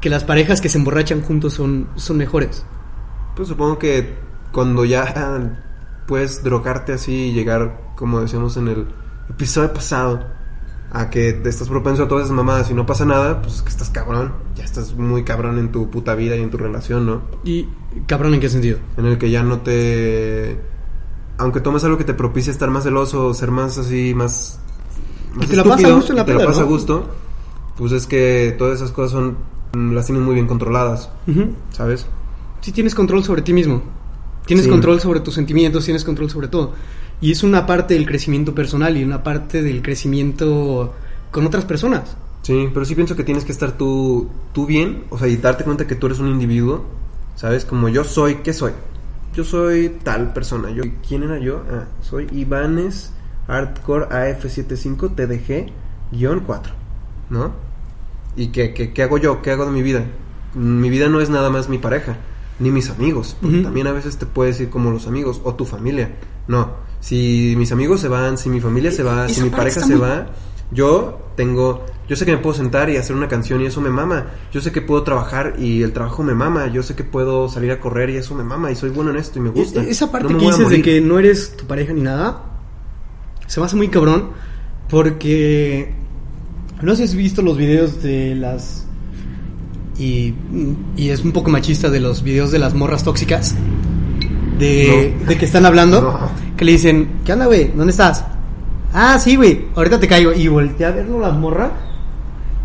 Speaker 2: que las parejas que se emborrachan juntos son, son mejores.
Speaker 1: Pues supongo que cuando ya ah, puedes drogarte así y llegar, como decíamos en el episodio pasado, a que te estás propenso a todas esas mamadas y no pasa nada, pues es que estás cabrón. Ya estás muy cabrón en tu puta vida y en tu relación, ¿no?
Speaker 2: Y cabrón, ¿en qué sentido?
Speaker 1: en el que ya no te aunque tomes algo que te propicie estar más celoso ser más así más, más
Speaker 2: te la pasa a gusto en la
Speaker 1: y te
Speaker 2: peda,
Speaker 1: la pasa
Speaker 2: ¿no?
Speaker 1: a gusto pues es que todas esas cosas son mm, las tienes muy bien controladas
Speaker 2: Ujú.
Speaker 1: sabes
Speaker 2: Sí tienes control sobre ti mismo. Tienes
Speaker 1: Sí.
Speaker 2: control sobre tus sentimientos, tienes control sobre todo. Y es una parte del crecimiento personal y una parte del crecimiento con otras personas.
Speaker 1: sí pero sí pienso que tienes que estar tú tú bien o sea y darte cuenta que tú eres un individuo sabes como yo soy qué soy yo soy tal persona yo quién era yo ah, soy Ivanes Hardcore AF75 TDG guión 4 no ¿Y qué, qué- qué hago yo? ¿Qué hago de mi vida? Mi vida no es nada más mi pareja, ni mis amigos. Porque
Speaker 2: Ujú.
Speaker 1: También a veces te puedes ir como los amigos o tu familia. No, si mis amigos se van, si mi familia se va,
Speaker 2: Esa
Speaker 1: si mi
Speaker 2: parte
Speaker 1: pareja
Speaker 2: está
Speaker 1: se
Speaker 2: muy-
Speaker 1: va, yo tengo... Yo sé que me puedo sentar y hacer una canción y eso me mama. Yo sé que puedo trabajar y el trabajo me mama. Yo sé que puedo salir a correr y eso me mama. Y soy bueno en esto y me gusta.
Speaker 2: E- Esa parte
Speaker 1: No me
Speaker 2: que
Speaker 1: voy a
Speaker 2: dices de
Speaker 1: morir.
Speaker 2: que no eres tu pareja ni nada, se me hace muy cabrón porque no sé si has visto los videos de las... Y, y es un poco machista de los videos de las morras tóxicas. De,
Speaker 1: No.
Speaker 2: de que están hablando.
Speaker 1: No.
Speaker 2: Que le dicen, ¿qué onda, güey? ¿Dónde estás? Ah, sí, güey. Ahorita te caigo. Y voltea a verlo la morra.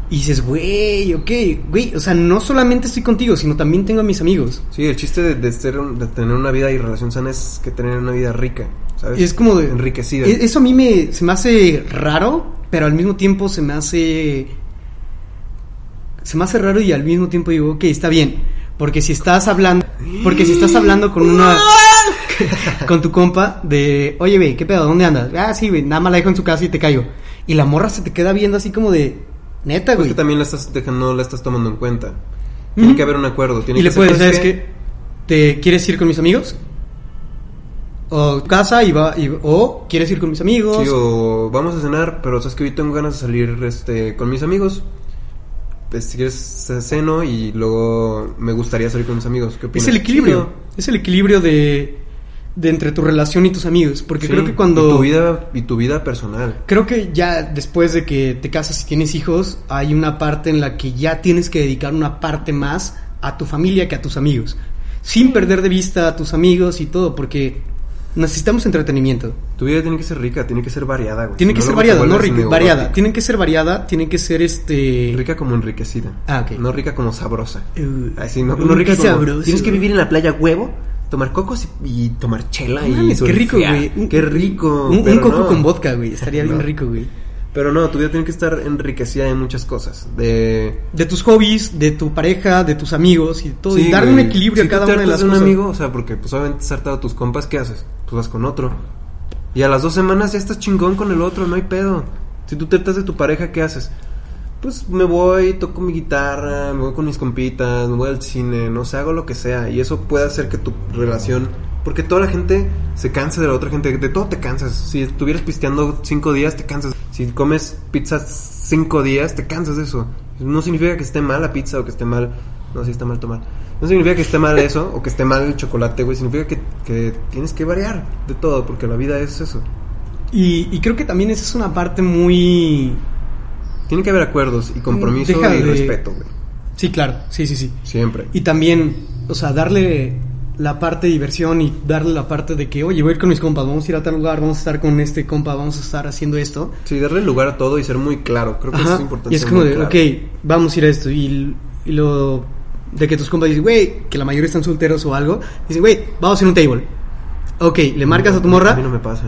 Speaker 2: Y dices, güey, ok, güey. O sea, no solamente estoy contigo, sino también tengo a mis amigos.
Speaker 1: Sí, el chiste de, de ser un- de tener una vida y relación sana es que tener una vida rica, ¿sabes?
Speaker 2: Y es como de,
Speaker 1: Enriquecida.
Speaker 2: e- Eso a mí me, se me hace raro, pero al mismo tiempo se me hace... Se me hace raro y al mismo tiempo digo, ok, está bien. Porque si estás hablando... Porque si estás hablando con
Speaker 1: [laughs]
Speaker 2: una... con tu compa de... Oye, güey, ¿qué pedo? ¿Dónde andas? Ah, sí, güey, nada más la dejo en su casa y te caigo. Y la morra se te queda viendo así como de... Neta,
Speaker 1: Porque
Speaker 2: güey.
Speaker 1: también la estás dejando, no la estás tomando en cuenta. Tiene
Speaker 2: Ujú.
Speaker 1: que haber un acuerdo. Tiene
Speaker 2: Y
Speaker 1: que
Speaker 2: le
Speaker 1: ser,
Speaker 2: puedes,
Speaker 1: ¿sabes
Speaker 2: ¿sabes qué? ¿Te quieres ir con mis amigos? O casa y va... y- o quieres ir con mis amigos.
Speaker 1: Sí, o vamos a cenar, pero sabes que hoy tengo ganas de salir este, con mis amigos. Pues, si quieres, eh, ceno y luego me gustaría salir con mis amigos. ¿Qué opinas?
Speaker 2: Es el equilibrio.
Speaker 1: Sí,
Speaker 2: Es el equilibrio de, de entre tu relación y tus amigos. Porque
Speaker 1: sí,
Speaker 2: creo que cuando.
Speaker 1: Y tu vida, y tu vida personal.
Speaker 2: Creo que ya después de que te casas y tienes hijos, hay una parte en la que ya tienes que dedicar una parte más a tu familia que a tus amigos. Sin perder de vista a tus amigos y todo, porque necesitamos entretenimiento.
Speaker 1: Tu vida tiene que ser rica, tiene que ser variada, güey.
Speaker 2: Tiene
Speaker 1: Si
Speaker 2: que
Speaker 1: no,
Speaker 2: ser
Speaker 1: luego te
Speaker 2: variada, no
Speaker 1: vuelves
Speaker 2: rica,
Speaker 1: neurótico.
Speaker 2: variada. Tienen que ser variada, tienen que ser este.
Speaker 1: Rica como enriquecida.
Speaker 2: Ah, ok.
Speaker 1: No rica como sabrosa.
Speaker 2: Uh,
Speaker 1: Así, no,
Speaker 2: uh,
Speaker 1: no rica
Speaker 2: qué
Speaker 1: como-
Speaker 2: sabroso.
Speaker 1: Tienes que vivir en la playa huevo, tomar cocos y, y tomar chela y
Speaker 2: Mames, qué rico,
Speaker 1: surfear.
Speaker 2: güey. Un-
Speaker 1: Qué rico.
Speaker 2: Un, un
Speaker 1: pero
Speaker 2: coco
Speaker 1: no.
Speaker 2: con vodka, güey. Estaría bien
Speaker 1: No.
Speaker 2: rico, güey.
Speaker 1: Pero no, tu vida tiene que estar enriquecida de muchas cosas. De
Speaker 2: de tus hobbies, de tu pareja, de tus amigos y de todo.
Speaker 1: Sí,
Speaker 2: y darle
Speaker 1: güey.
Speaker 2: un equilibrio
Speaker 1: Si
Speaker 2: a
Speaker 1: tú
Speaker 2: cada
Speaker 1: te
Speaker 2: una de las
Speaker 1: hartas un
Speaker 2: cosas.
Speaker 1: amigo, o sea, porque pues obviamente has hartado a tus compas, ¿qué haces? Pues vas con otro. Y a las dos semanas ya estás chingón con el otro, no hay pedo. Si tú te hartas de tu pareja, ¿qué haces? Pues me voy, toco mi guitarra, me voy con mis compitas, me voy al cine, no sé, hago lo que sea. Y eso puede hacer que tu relación... Porque toda la gente se cansa de la otra gente, de todo te cansas. Si estuvieras pisteando cinco días, te cansas. Si comes pizza cinco días, te cansas de eso. No significa que esté mal la pizza o que esté mal... No, si está mal tomar. No significa que esté mal eso o que esté mal el chocolate, güey. Significa que, que tienes que variar de todo, porque la vida es eso.
Speaker 2: Y, y creo que también esa es una parte muy.
Speaker 1: Tiene que haber acuerdos y compromiso
Speaker 2: Deja
Speaker 1: y
Speaker 2: de-
Speaker 1: respeto, güey.
Speaker 2: Sí, claro, sí, sí, sí.
Speaker 1: Siempre.
Speaker 2: Y también, o sea, darle la parte de diversión y darle la parte de que, oye, voy a ir con mis compas, vamos a ir a tal lugar, vamos a estar con este compa, vamos a estar haciendo esto.
Speaker 1: Sí, darle lugar a todo y ser muy claro. Creo que
Speaker 2: Ajá,
Speaker 1: eso es importante.
Speaker 2: Y es
Speaker 1: ser
Speaker 2: como
Speaker 1: muy
Speaker 2: de,
Speaker 1: claro.
Speaker 2: ok, vamos a ir a esto. Y, y lo de que tus compas dicen, güey, que la mayoría están solteros o algo, dicen, güey, vamos a hacer un table. Ok, le marcas a tu morra.
Speaker 1: Mm, A mí no
Speaker 2: [laughs]
Speaker 1: me pasa.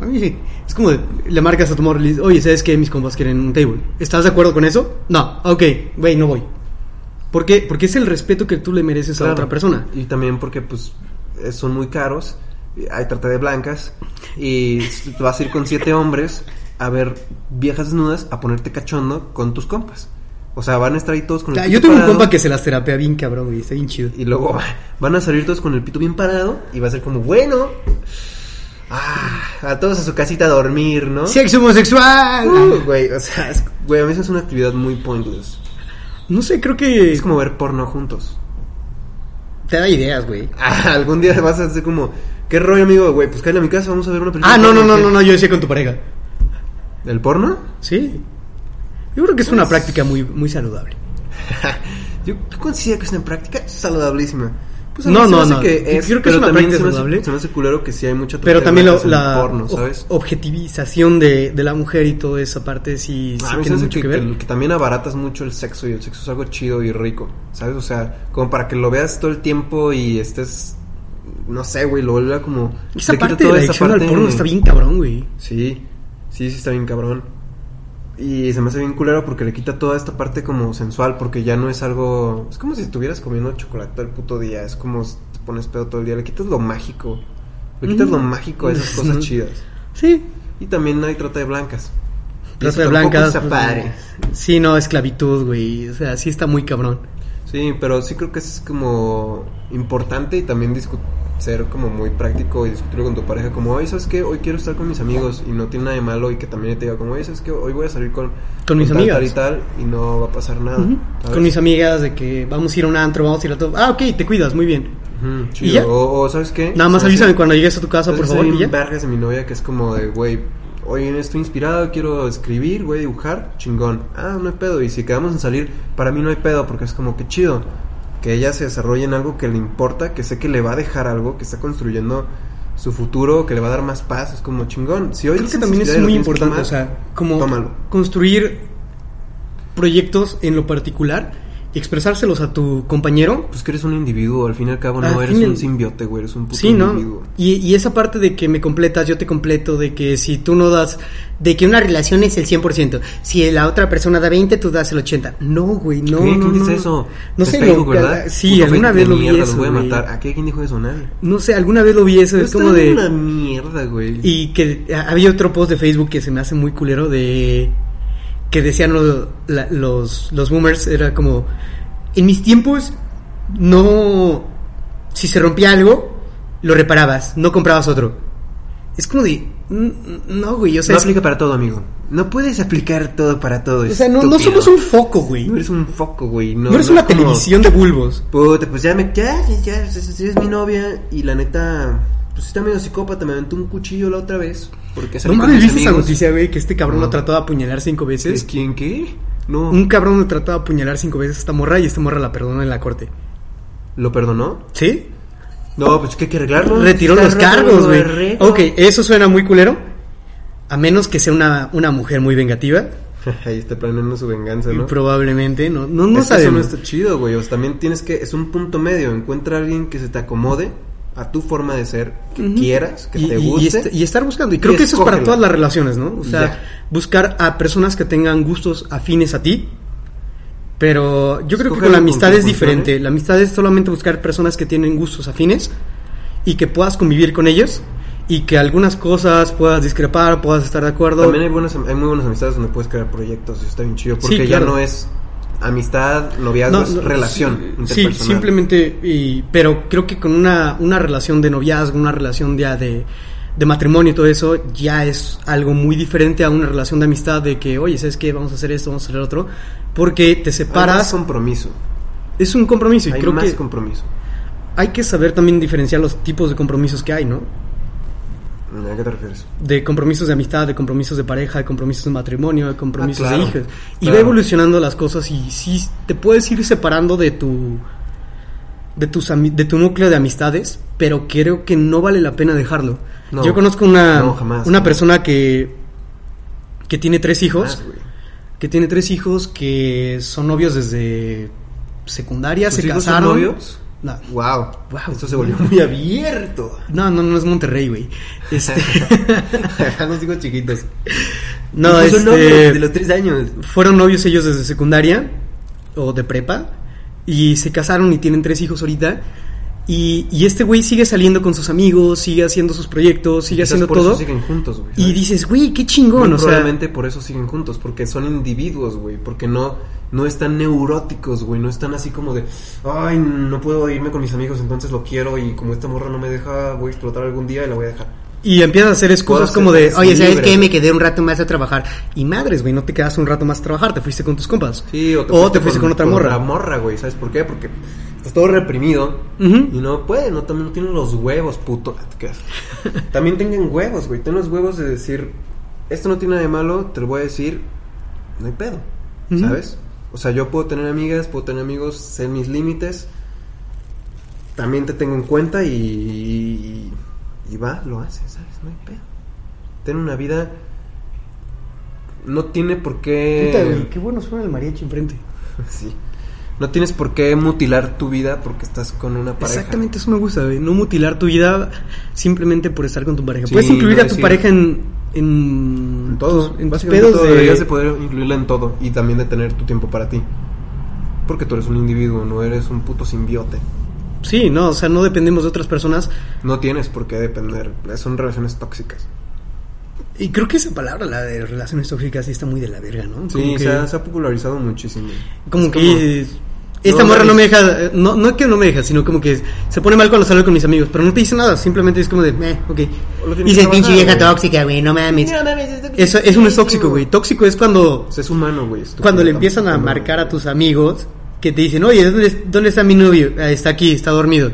Speaker 2: A mí sí. Es como, de- le marcas a tu morro y le dices, oye, ¿sabes qué? Mis compas quieren un table. ¿Estás de acuerdo con eso? No, ok, güey, no voy. ¿Por qué? Porque es el respeto que tú le mereces a
Speaker 1: Claro.
Speaker 2: otra persona.
Speaker 1: Y también porque, pues, eh, son muy caros. y Hay trata de blancas. Y s- vas a ir con siete hombres a ver viejas desnudas a ponerte cachondo con tus compas. O sea, van a estar ahí todos con
Speaker 2: O sea,
Speaker 1: el
Speaker 2: yo
Speaker 1: pito
Speaker 2: tengo un
Speaker 1: parado,
Speaker 2: compa que se las terapia bien cabrón, güey, está bien chido.
Speaker 1: Y luego van a salir todos con el pito bien parado. Y va a ser como, bueno. ah, a todos a su casita a dormir, ¿no?
Speaker 2: ¡Sexo homosexual!
Speaker 1: Uh, güey, o sea, es- güey, a mí eso es una actividad muy pointless.
Speaker 2: No sé, creo que
Speaker 1: Es como ver porno juntos. [laughs]
Speaker 2: te da ideas, güey.
Speaker 1: Ah, algún día vas a hacer como, ¿qué rollo, amigo? Güey, pues cállate a mi casa, vamos a ver una película.
Speaker 2: Ah, no, no, no,
Speaker 1: ¿Qué?
Speaker 2: no, no, yo decía con tu pareja.
Speaker 1: ¿Del porno? [laughs]
Speaker 2: Sí. Yo creo que es una práctica muy, muy saludable.
Speaker 1: Yo, yo considero que es una práctica saludablísima. Pues a
Speaker 2: No,
Speaker 1: mí se me
Speaker 2: no,
Speaker 1: hace
Speaker 2: no.
Speaker 1: Que es,
Speaker 2: Creo que es
Speaker 1: pero
Speaker 2: una
Speaker 1: también
Speaker 2: práctica
Speaker 1: se me hace-
Speaker 2: saludable.
Speaker 1: Se me hace culero que sí hay mucha
Speaker 2: Pero también lo-
Speaker 1: trata de blancas
Speaker 2: la
Speaker 1: en el porno, ¿sabes?
Speaker 2: ob- objetivización de, de la mujer y toda esa parte sí, sí
Speaker 1: A mí se Ah, me
Speaker 2: tiene
Speaker 1: hace
Speaker 2: mucho
Speaker 1: que,
Speaker 2: ah, que, ver.
Speaker 1: que- que también abaratas mucho el sexo y el sexo es algo chido y rico, ¿sabes? O sea, como para que lo veas todo el tiempo y estés, no sé, güey, lo vuelva como...
Speaker 2: Esa
Speaker 1: le quita
Speaker 2: parte de
Speaker 1: toda
Speaker 2: la
Speaker 1: esa
Speaker 2: adicción al
Speaker 1: parte-
Speaker 2: porno está bien cabrón, güey.
Speaker 1: Sí, sí, sí está bien cabrón. Y se me hace bien culero porque le quita toda esta parte como sensual, porque ya no es algo... Es como si estuvieras comiendo chocolate todo el puto día, es como si te pones pedo todo el día, le quitas lo mágico, le quitas
Speaker 2: Ujú.
Speaker 1: lo mágico a esas cosas
Speaker 2: Ujú.
Speaker 1: chidas.
Speaker 2: Sí.
Speaker 1: Y también hay trata de blancas. Y eso
Speaker 2: Trata de
Speaker 1: tampoco
Speaker 2: blancas.
Speaker 1: está
Speaker 2: pues,
Speaker 1: padre.
Speaker 2: Sí, no, esclavitud, güey. O sea, sí está muy cabrón.
Speaker 1: Sí, pero sí creo que es como importante y también discu- ser como muy práctico y discutirlo con tu pareja como, oye, ¿sabes qué? Hoy quiero estar con mis amigos y no tiene nada de malo y que también te diga como, oye, ¿sabes qué? Hoy voy a salir con,
Speaker 2: mis
Speaker 1: tal,
Speaker 2: amigas".
Speaker 1: tal y tal y no va a pasar nada.
Speaker 2: Ujú.
Speaker 1: ¿sabes?
Speaker 2: Con mis amigas de que vamos a ir a un antro, vamos a ir a todo. Ah, ok, te cuidas, muy bien.
Speaker 1: Ujú,
Speaker 2: ¿Y ya?
Speaker 1: chido. O, o, ¿sabes qué?
Speaker 2: Nada más
Speaker 1: ¿Sabes
Speaker 2: avísame
Speaker 1: qué?
Speaker 2: cuando llegues a tu casa, por
Speaker 1: Entonces,
Speaker 2: favor,
Speaker 1: soy
Speaker 2: y ya.
Speaker 1: bien vergas de mi novia que es como de, güey, hoy estoy inspirado, quiero escribir, voy a dibujar, chingón. Ah, no hay pedo. Y si quedamos en salir, para mí no hay pedo porque es como que chido. Que ella se desarrolle en algo que le importa, que sé que le va a dejar algo, que está construyendo su futuro, que le va a dar más paz. Es como chingón. Si
Speaker 2: Creo
Speaker 1: hoy
Speaker 2: que
Speaker 1: dices
Speaker 2: también
Speaker 1: que
Speaker 2: es
Speaker 1: ya lo
Speaker 2: muy
Speaker 1: tienes que
Speaker 2: importante,
Speaker 1: tomar,
Speaker 2: o sea, como
Speaker 1: tómalo.
Speaker 2: construir proyectos en lo particular y expresárselos a tu compañero.
Speaker 1: Pues que eres un individuo, al fin y al cabo
Speaker 2: Al
Speaker 1: no eres
Speaker 2: fin y-
Speaker 1: un simbiote, güey, eres un puto
Speaker 2: Ah, Sí,
Speaker 1: individuo.
Speaker 2: ¿no? Y, y esa parte de que me completas, yo te completo, de que si tú no das, de que una relación es el 100%, si la otra persona da 20, tú das el 80. No, güey, no.
Speaker 1: ¿Quién,
Speaker 2: no, no,
Speaker 1: quién dice
Speaker 2: no.
Speaker 1: eso?
Speaker 2: No
Speaker 1: En
Speaker 2: sé,
Speaker 1: Facebook,
Speaker 2: lo-
Speaker 1: ¿verdad?
Speaker 2: sí,
Speaker 1: Puto
Speaker 2: alguna vez
Speaker 1: Facebook de
Speaker 2: lo vi
Speaker 1: mierda,
Speaker 2: eso,
Speaker 1: Los voy a
Speaker 2: güey.
Speaker 1: matar. ¿A qué? ¿Quién dijo eso? Nadie.
Speaker 2: No sé, alguna vez lo vi eso, es
Speaker 1: Está
Speaker 2: como de...
Speaker 1: una mierda, güey.
Speaker 2: Y que a- había otro post de Facebook que se me hace muy culero de que decían lo- la- los, los boomers, era como, en mis tiempos no, si se rompía algo, lo reparabas, no comprabas otro. Es como de, "N- n- no, güey, o sea,
Speaker 1: no
Speaker 2: es-
Speaker 1: aplica para todo, amigo. No puedes aplicar todo para todo.
Speaker 2: o sea, no, no
Speaker 1: estúpido.
Speaker 2: somos un foco, güey.
Speaker 1: No
Speaker 2: No,
Speaker 1: eres un foco, güey. No,
Speaker 2: eres
Speaker 1: no
Speaker 2: una
Speaker 1: es como,
Speaker 2: televisión de bulbos.
Speaker 1: Puta, pues ya me. Ya, ya, ya. pues, es- es mi novia. Y la neta. Pues está medio psicópata. Me aventó un cuchillo la otra vez. Porque
Speaker 2: No
Speaker 1: salí con
Speaker 2: mames,
Speaker 1: mis
Speaker 2: viste esa
Speaker 1: amigos.
Speaker 2: noticia, güey, que este cabrón
Speaker 1: No.
Speaker 2: lo trató de apuñalar cinco veces.
Speaker 1: ¿Es quién qué? No.
Speaker 2: Un cabrón lo trató de apuñalar cinco veces a esta morra y esta morra la perdonó en la corte.
Speaker 1: ¿Lo perdonó?
Speaker 2: ¿Sí?
Speaker 1: No, pues que hay que arreglarlo.
Speaker 2: retiró
Speaker 1: Está
Speaker 2: los
Speaker 1: roto,
Speaker 2: cargos,
Speaker 1: lo
Speaker 2: güey.
Speaker 1: arreglo.
Speaker 2: Ok, eh. eso suena muy culero. A menos que sea una, una mujer muy vengativa.
Speaker 1: [laughs] Ahí está planeando su venganza, ¿no?
Speaker 2: Probablemente, no, no, no
Speaker 1: Es que
Speaker 2: sabemos.
Speaker 1: Eso no está chido, güey. O sea, también tienes que. Es un punto medio. Encuentra a alguien que se te acomode a tu forma de ser, que
Speaker 2: Ujú.
Speaker 1: quieras, que
Speaker 2: y,
Speaker 1: te
Speaker 2: y- y
Speaker 1: guste.
Speaker 2: est- y estar buscando. Y creo
Speaker 1: Y
Speaker 2: que eso es para
Speaker 1: escógela.
Speaker 2: todas las relaciones, ¿no? O
Speaker 1: Y
Speaker 2: sea,
Speaker 1: ya.
Speaker 2: buscar a personas que tengan gustos afines a ti. Pero yo creo que
Speaker 1: Escoge
Speaker 2: con la
Speaker 1: algo con
Speaker 2: amistad
Speaker 1: quien
Speaker 2: es diferente.
Speaker 1: funcione.
Speaker 2: La amistad es solamente buscar personas que tienen gustos afines y que puedas convivir con ellos y que algunas cosas puedas discrepar, puedas estar de acuerdo.
Speaker 1: También hay, buenas, hay muy buenas amistades donde puedes crear proyectos. Eso está bien chido. Porque
Speaker 2: claro.
Speaker 1: ya no es amistad, noviazgo,
Speaker 2: No,
Speaker 1: es
Speaker 2: no,
Speaker 1: relación
Speaker 2: Sí, sí,
Speaker 1: interpersonal.
Speaker 2: simplemente, y- pero creo que con una, una relación de noviazgo, una relación ya de, de matrimonio y todo eso, ya es algo muy diferente a una relación de amistad de que, oye, ¿sabes qué? Vamos a hacer esto, vamos a hacer otro, porque te
Speaker 1: Hay
Speaker 2: separas.
Speaker 1: más compromiso.
Speaker 2: Es un compromiso y
Speaker 1: hay
Speaker 2: creo
Speaker 1: más
Speaker 2: que
Speaker 1: compromiso.
Speaker 2: hay que saber también diferenciar los tipos de compromisos que hay, ¿no?
Speaker 1: ¿A qué te refieres?
Speaker 2: De compromisos de amistad, de compromisos de pareja, de compromisos de matrimonio, de compromisos
Speaker 1: Ah, claro,
Speaker 2: de hijos. Y
Speaker 1: claro.
Speaker 2: va evolucionando las cosas y sí te puedes ir separando de tu de, tus ami- de tu núcleo de amistades, pero creo que no vale la pena dejarlo.
Speaker 1: No.
Speaker 2: Yo conozco una,
Speaker 1: No, jamás,
Speaker 2: una
Speaker 1: jamás.
Speaker 2: persona que, que tiene tres hijos,
Speaker 1: Ah, güey.
Speaker 2: que tiene tres hijos que son novios desde secundaria,
Speaker 1: ¿Tus
Speaker 2: se
Speaker 1: hijos son
Speaker 2: casaron.
Speaker 1: novios?
Speaker 2: No.
Speaker 1: Wow.
Speaker 2: Wow.
Speaker 1: Esto se volvió
Speaker 2: [laughs]
Speaker 1: muy abierto.
Speaker 2: No, no, no es Monterrey,
Speaker 1: [laughs]
Speaker 2: güey. Este, [laughs]
Speaker 1: Los hijos chiquitos.
Speaker 2: no,
Speaker 1: Incluso
Speaker 2: este,
Speaker 1: novios de los tres años.
Speaker 2: fueron novios ellos desde secundaria o de prepa y se casaron y tienen tres hijos ahorita. Y, y este güey sigue saliendo con sus amigos, sigue haciendo sus proyectos, sigue
Speaker 1: Quizás
Speaker 2: haciendo
Speaker 1: por
Speaker 2: todo.
Speaker 1: Eso siguen juntos, güey.
Speaker 2: Y
Speaker 1: ¿sabes?
Speaker 2: dices, güey, qué
Speaker 1: Muy
Speaker 2: chingón, o sea,
Speaker 1: probablemente por eso siguen juntos, porque son individuos, güey, porque no no están neuróticos, güey, no están así como de, ay, no puedo irme con mis amigos, entonces lo quiero y como esta morra no me deja, voy a explotar algún día y la voy a dejar.
Speaker 2: Y empiezas a hacer excusas
Speaker 1: Puedo
Speaker 2: como
Speaker 1: ser
Speaker 2: de,
Speaker 1: más
Speaker 2: oye, ¿sabes
Speaker 1: libre".
Speaker 2: qué? Me quedé un rato más a trabajar. Y madres, güey, no te quedas un rato más a trabajar, te fuiste con tus compas. o te fuiste con, otra morra.
Speaker 1: La morra, güey, ¿sabes por qué? Porque estás todo reprimido
Speaker 2: Ujú.
Speaker 1: y no puede, no, también no tienen los huevos, puto. Ah, te quedas. también tengan huevos, güey, ten los huevos de decir, esto no tiene nada de malo, te lo voy a decir, no hay pedo,
Speaker 2: Ujú.
Speaker 1: ¿sabes? O sea, yo puedo tener amigas, puedo tener amigos, sé mis límites, también te tengo en cuenta y, y, y va, lo haces, ¿sabes? No hay pedo. Ten una vida... No tiene por qué...
Speaker 2: Puta, güey, qué bueno suena el mariachi enfrente.
Speaker 1: [laughs] Sí. No tienes por qué mutilar tu vida porque estás con una pareja.
Speaker 2: Exactamente, eso me gusta, güey. No mutilar tu vida simplemente por estar con tu pareja.
Speaker 1: Sí,
Speaker 2: Puedes incluir
Speaker 1: no
Speaker 2: a tu
Speaker 1: decir-
Speaker 2: pareja en. En,
Speaker 1: En todo.
Speaker 2: tus- en tus
Speaker 1: básicamente
Speaker 2: pedos
Speaker 1: todo.
Speaker 2: de-
Speaker 1: Deberías de poder incluirla en todo y también de tener tu tiempo para ti. Porque tú eres un individuo, no eres un puto simbiote.
Speaker 2: Sí, no, o sea, no dependemos de otras personas.
Speaker 1: No tienes por qué depender. Son relaciones tóxicas.
Speaker 2: Y creo que esa palabra, la de relaciones tóxicas, sí está muy de la verga, ¿no? Como
Speaker 1: Sí,
Speaker 2: que,
Speaker 1: se, ha, se ha popularizado muchísimo.
Speaker 2: como
Speaker 1: Es
Speaker 2: que esta
Speaker 1: No,
Speaker 2: morra
Speaker 1: no
Speaker 2: no me
Speaker 1: es-
Speaker 2: deja. eh, No, no que no me deja, sino como que se pone mal cuando salgo con mis amigos. Pero no te dice nada, simplemente es como de, eh, ok.
Speaker 1: O lo tienes
Speaker 2: Dices, pinche
Speaker 1: que trabajar,
Speaker 2: vieja
Speaker 1: güey".
Speaker 2: tóxica, güey, no mames.
Speaker 3: No mames, es
Speaker 2: Eso, eso no es tóxico, güey. Tóxico es cuando
Speaker 1: O sea, es humano, güey. esto.
Speaker 2: Cuando le
Speaker 1: Tampoco
Speaker 2: empiezan a
Speaker 1: no-
Speaker 2: marcar a tus amigos que te dicen, oye, ¿dónde, dónde está mi novio? "Ah, Está aquí, está dormido.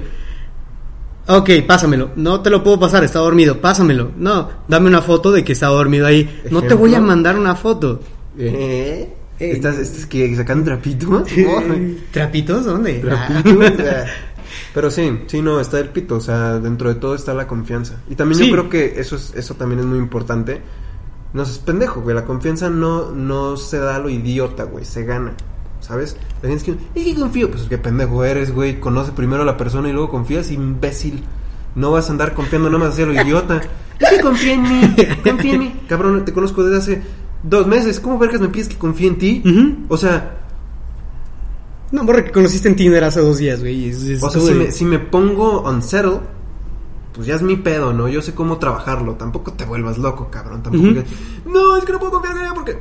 Speaker 2: Ok, pásamelo. No te lo puedo pasar, está dormido. Pásamelo. No, dame una foto de que está dormido ahí. No te
Speaker 1: Ejemplo.
Speaker 2: voy a mandar una foto.
Speaker 1: ¿Eh? ¿Estás, estás que sacando [laughs] trapitos?
Speaker 2: ¿Trapitos?
Speaker 1: [laughs]
Speaker 2: ¿Dónde?
Speaker 1: Pero,
Speaker 2: Ah.
Speaker 1: o sea, [laughs] pero sí, sí, no, está el pito, o sea, dentro de todo está la confianza. Y también
Speaker 2: Sí.
Speaker 1: yo creo que eso es, eso también es muy importante. No es pendejo, güey, la confianza no, no se da a lo idiota, güey, se gana, ¿sabes? La gente es que, es que confío, pues qué pendejo eres, güey, conoce primero a la persona y luego confías, imbécil. No vas a andar confiando nada más hacia lo idiota. Es que confía en mí, confía en mí. Cabrón, te conozco desde hace dos meses, ¿cómo vergas me pides que confíe en ti?
Speaker 2: Ujú.
Speaker 1: O sea,
Speaker 2: Una morra que conociste en Tinder hace dos días, güey. Es- es
Speaker 1: O sea,
Speaker 2: como
Speaker 1: si
Speaker 2: de-
Speaker 1: me, si me pongo unsettled, pues ya es mi pedo, ¿no? Yo sé cómo trabajarlo. Tampoco te vuelvas loco, cabrón. Tampoco
Speaker 2: Ujú.
Speaker 1: que, No, es que no puedo confiar en ella porque...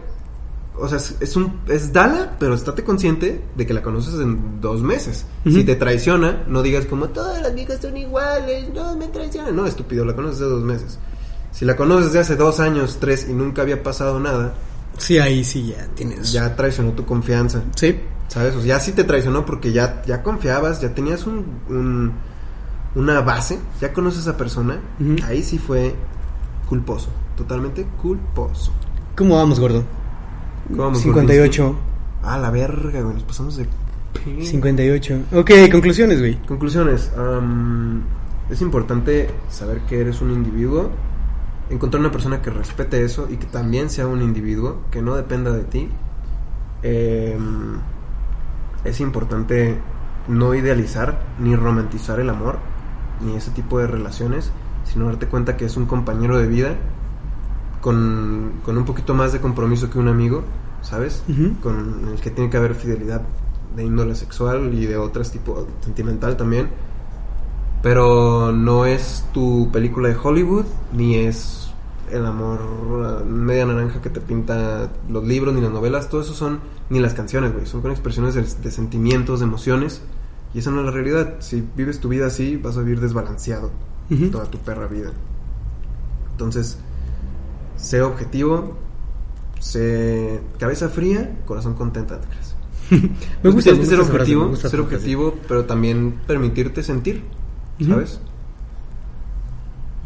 Speaker 1: O sea, es, es un... Es dala, pero estate consciente de que la conoces en dos meses.
Speaker 2: Ujú.
Speaker 1: Si te traiciona, no digas como... Todas las viejas son iguales, no, me traicionan. No, estúpido, la conoces de dos meses. Si la conoces de hace dos años, tres, y nunca había pasado nada,
Speaker 2: Sí, ahí sí, ya tienes.
Speaker 1: ya traicionó tu confianza.
Speaker 2: Sí.
Speaker 1: ¿Sabes? O sea, ya sí te traicionó porque ya, ya confiabas, ya tenías un, un- una base, ya conoces a esa persona.
Speaker 2: Ujú.
Speaker 1: Ahí sí fue culposo, totalmente culposo.
Speaker 2: ¿Cómo vamos, gordo?
Speaker 1: ¿Cómo vamos,
Speaker 2: 58.
Speaker 1: Ah, la verga, güey, nos pasamos de... pe-
Speaker 2: 58. Ok, conclusiones, güey.
Speaker 1: Conclusiones. am, es importante saber que eres un individuo, encontrar una persona que respete eso y que también sea un individuo, que no dependa de ti. Em, es importante no idealizar ni romantizar el amor, ni ese tipo de relaciones, sino darte cuenta que es un compañero de vida con, con un poquito más de compromiso que un amigo, ¿sabes?
Speaker 2: Ujú.
Speaker 1: Con el que tiene que haber fidelidad de índole sexual y de otras tipo sentimental también. Pero no es tu película de Hollywood, ni es el amor eh, media naranja que te pinta los libros, ni las novelas, todo eso son, ni las canciones, güey, son con expresiones de, de sentimientos, de emociones, y esa no es la realidad. Si vives tu vida así, vas a vivir desbalanceado
Speaker 2: Ujú.
Speaker 1: toda tu perra vida. Entonces, sé objetivo, sé cabeza fría, corazón contenta, ¿te crees?
Speaker 2: Me
Speaker 1: Pues
Speaker 2: gusta, me
Speaker 1: tienes que
Speaker 2: gusta
Speaker 1: ser
Speaker 2: esa frase,
Speaker 1: objetivo,
Speaker 2: me gusta
Speaker 1: ser
Speaker 2: esa frase.
Speaker 1: objetivo, pero también permitirte sentir,
Speaker 2: Ujú.
Speaker 1: ¿sabes?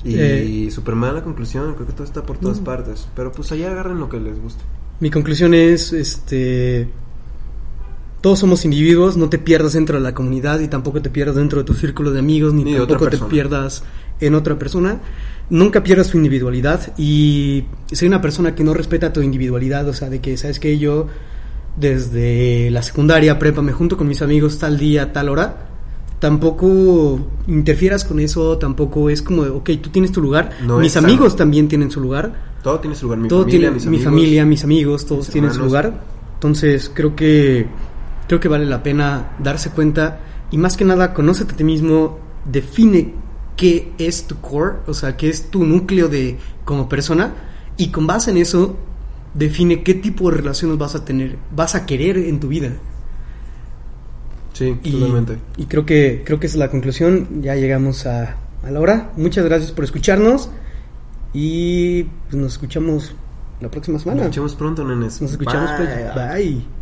Speaker 1: Y
Speaker 2: Eh. Mm.
Speaker 1: Superman la conclusión, creo que todo está por todas partes, pero pues allá agarren lo que les guste.
Speaker 2: Mi conclusión es, este, Todos somos individuos, no te pierdas dentro de la comunidad y tampoco te pierdas dentro de tu círculo de amigos, ni,
Speaker 1: Ni de otra
Speaker 2: tampoco te
Speaker 1: persona.
Speaker 2: pierdas en otra persona. Nunca pierdas tu individualidad y soy una persona que no respeta tu individualidad, o sea, de que, ¿sabes que Yo desde la secundaria, prepa, me junto con mis amigos tal día, tal hora. Tampoco interfieras con eso, tampoco es como, de, ok, tú tienes tu lugar,
Speaker 1: No
Speaker 2: mis
Speaker 1: es sano.
Speaker 2: amigos también tienen su lugar
Speaker 1: Todo tiene su lugar. Mi
Speaker 2: todo
Speaker 1: familia,
Speaker 2: tiene
Speaker 1: mis
Speaker 2: mi
Speaker 1: amigos.
Speaker 2: familia, mis amigos, todos
Speaker 1: mis
Speaker 2: tienen su
Speaker 1: hermanos.
Speaker 2: lugar. Entonces creo que creo que vale la pena darse cuenta y más que nada conócete a ti mismo, define qué es tu core, o sea, qué es tu núcleo de como persona y con base en eso define qué tipo de relaciones vas a tener, vas a querer en tu vida.
Speaker 1: Sí,
Speaker 2: Y,
Speaker 1: totalmente.
Speaker 2: y creo que creo que esa es la conclusión. Ya llegamos a, a la hora. Muchas gracias por escucharnos y pues, nos escuchamos la próxima
Speaker 1: Nos
Speaker 2: semana.
Speaker 1: escuchamos pronto, nenes.
Speaker 2: Nos escuchamos.
Speaker 1: Bye.
Speaker 2: pues. Bye.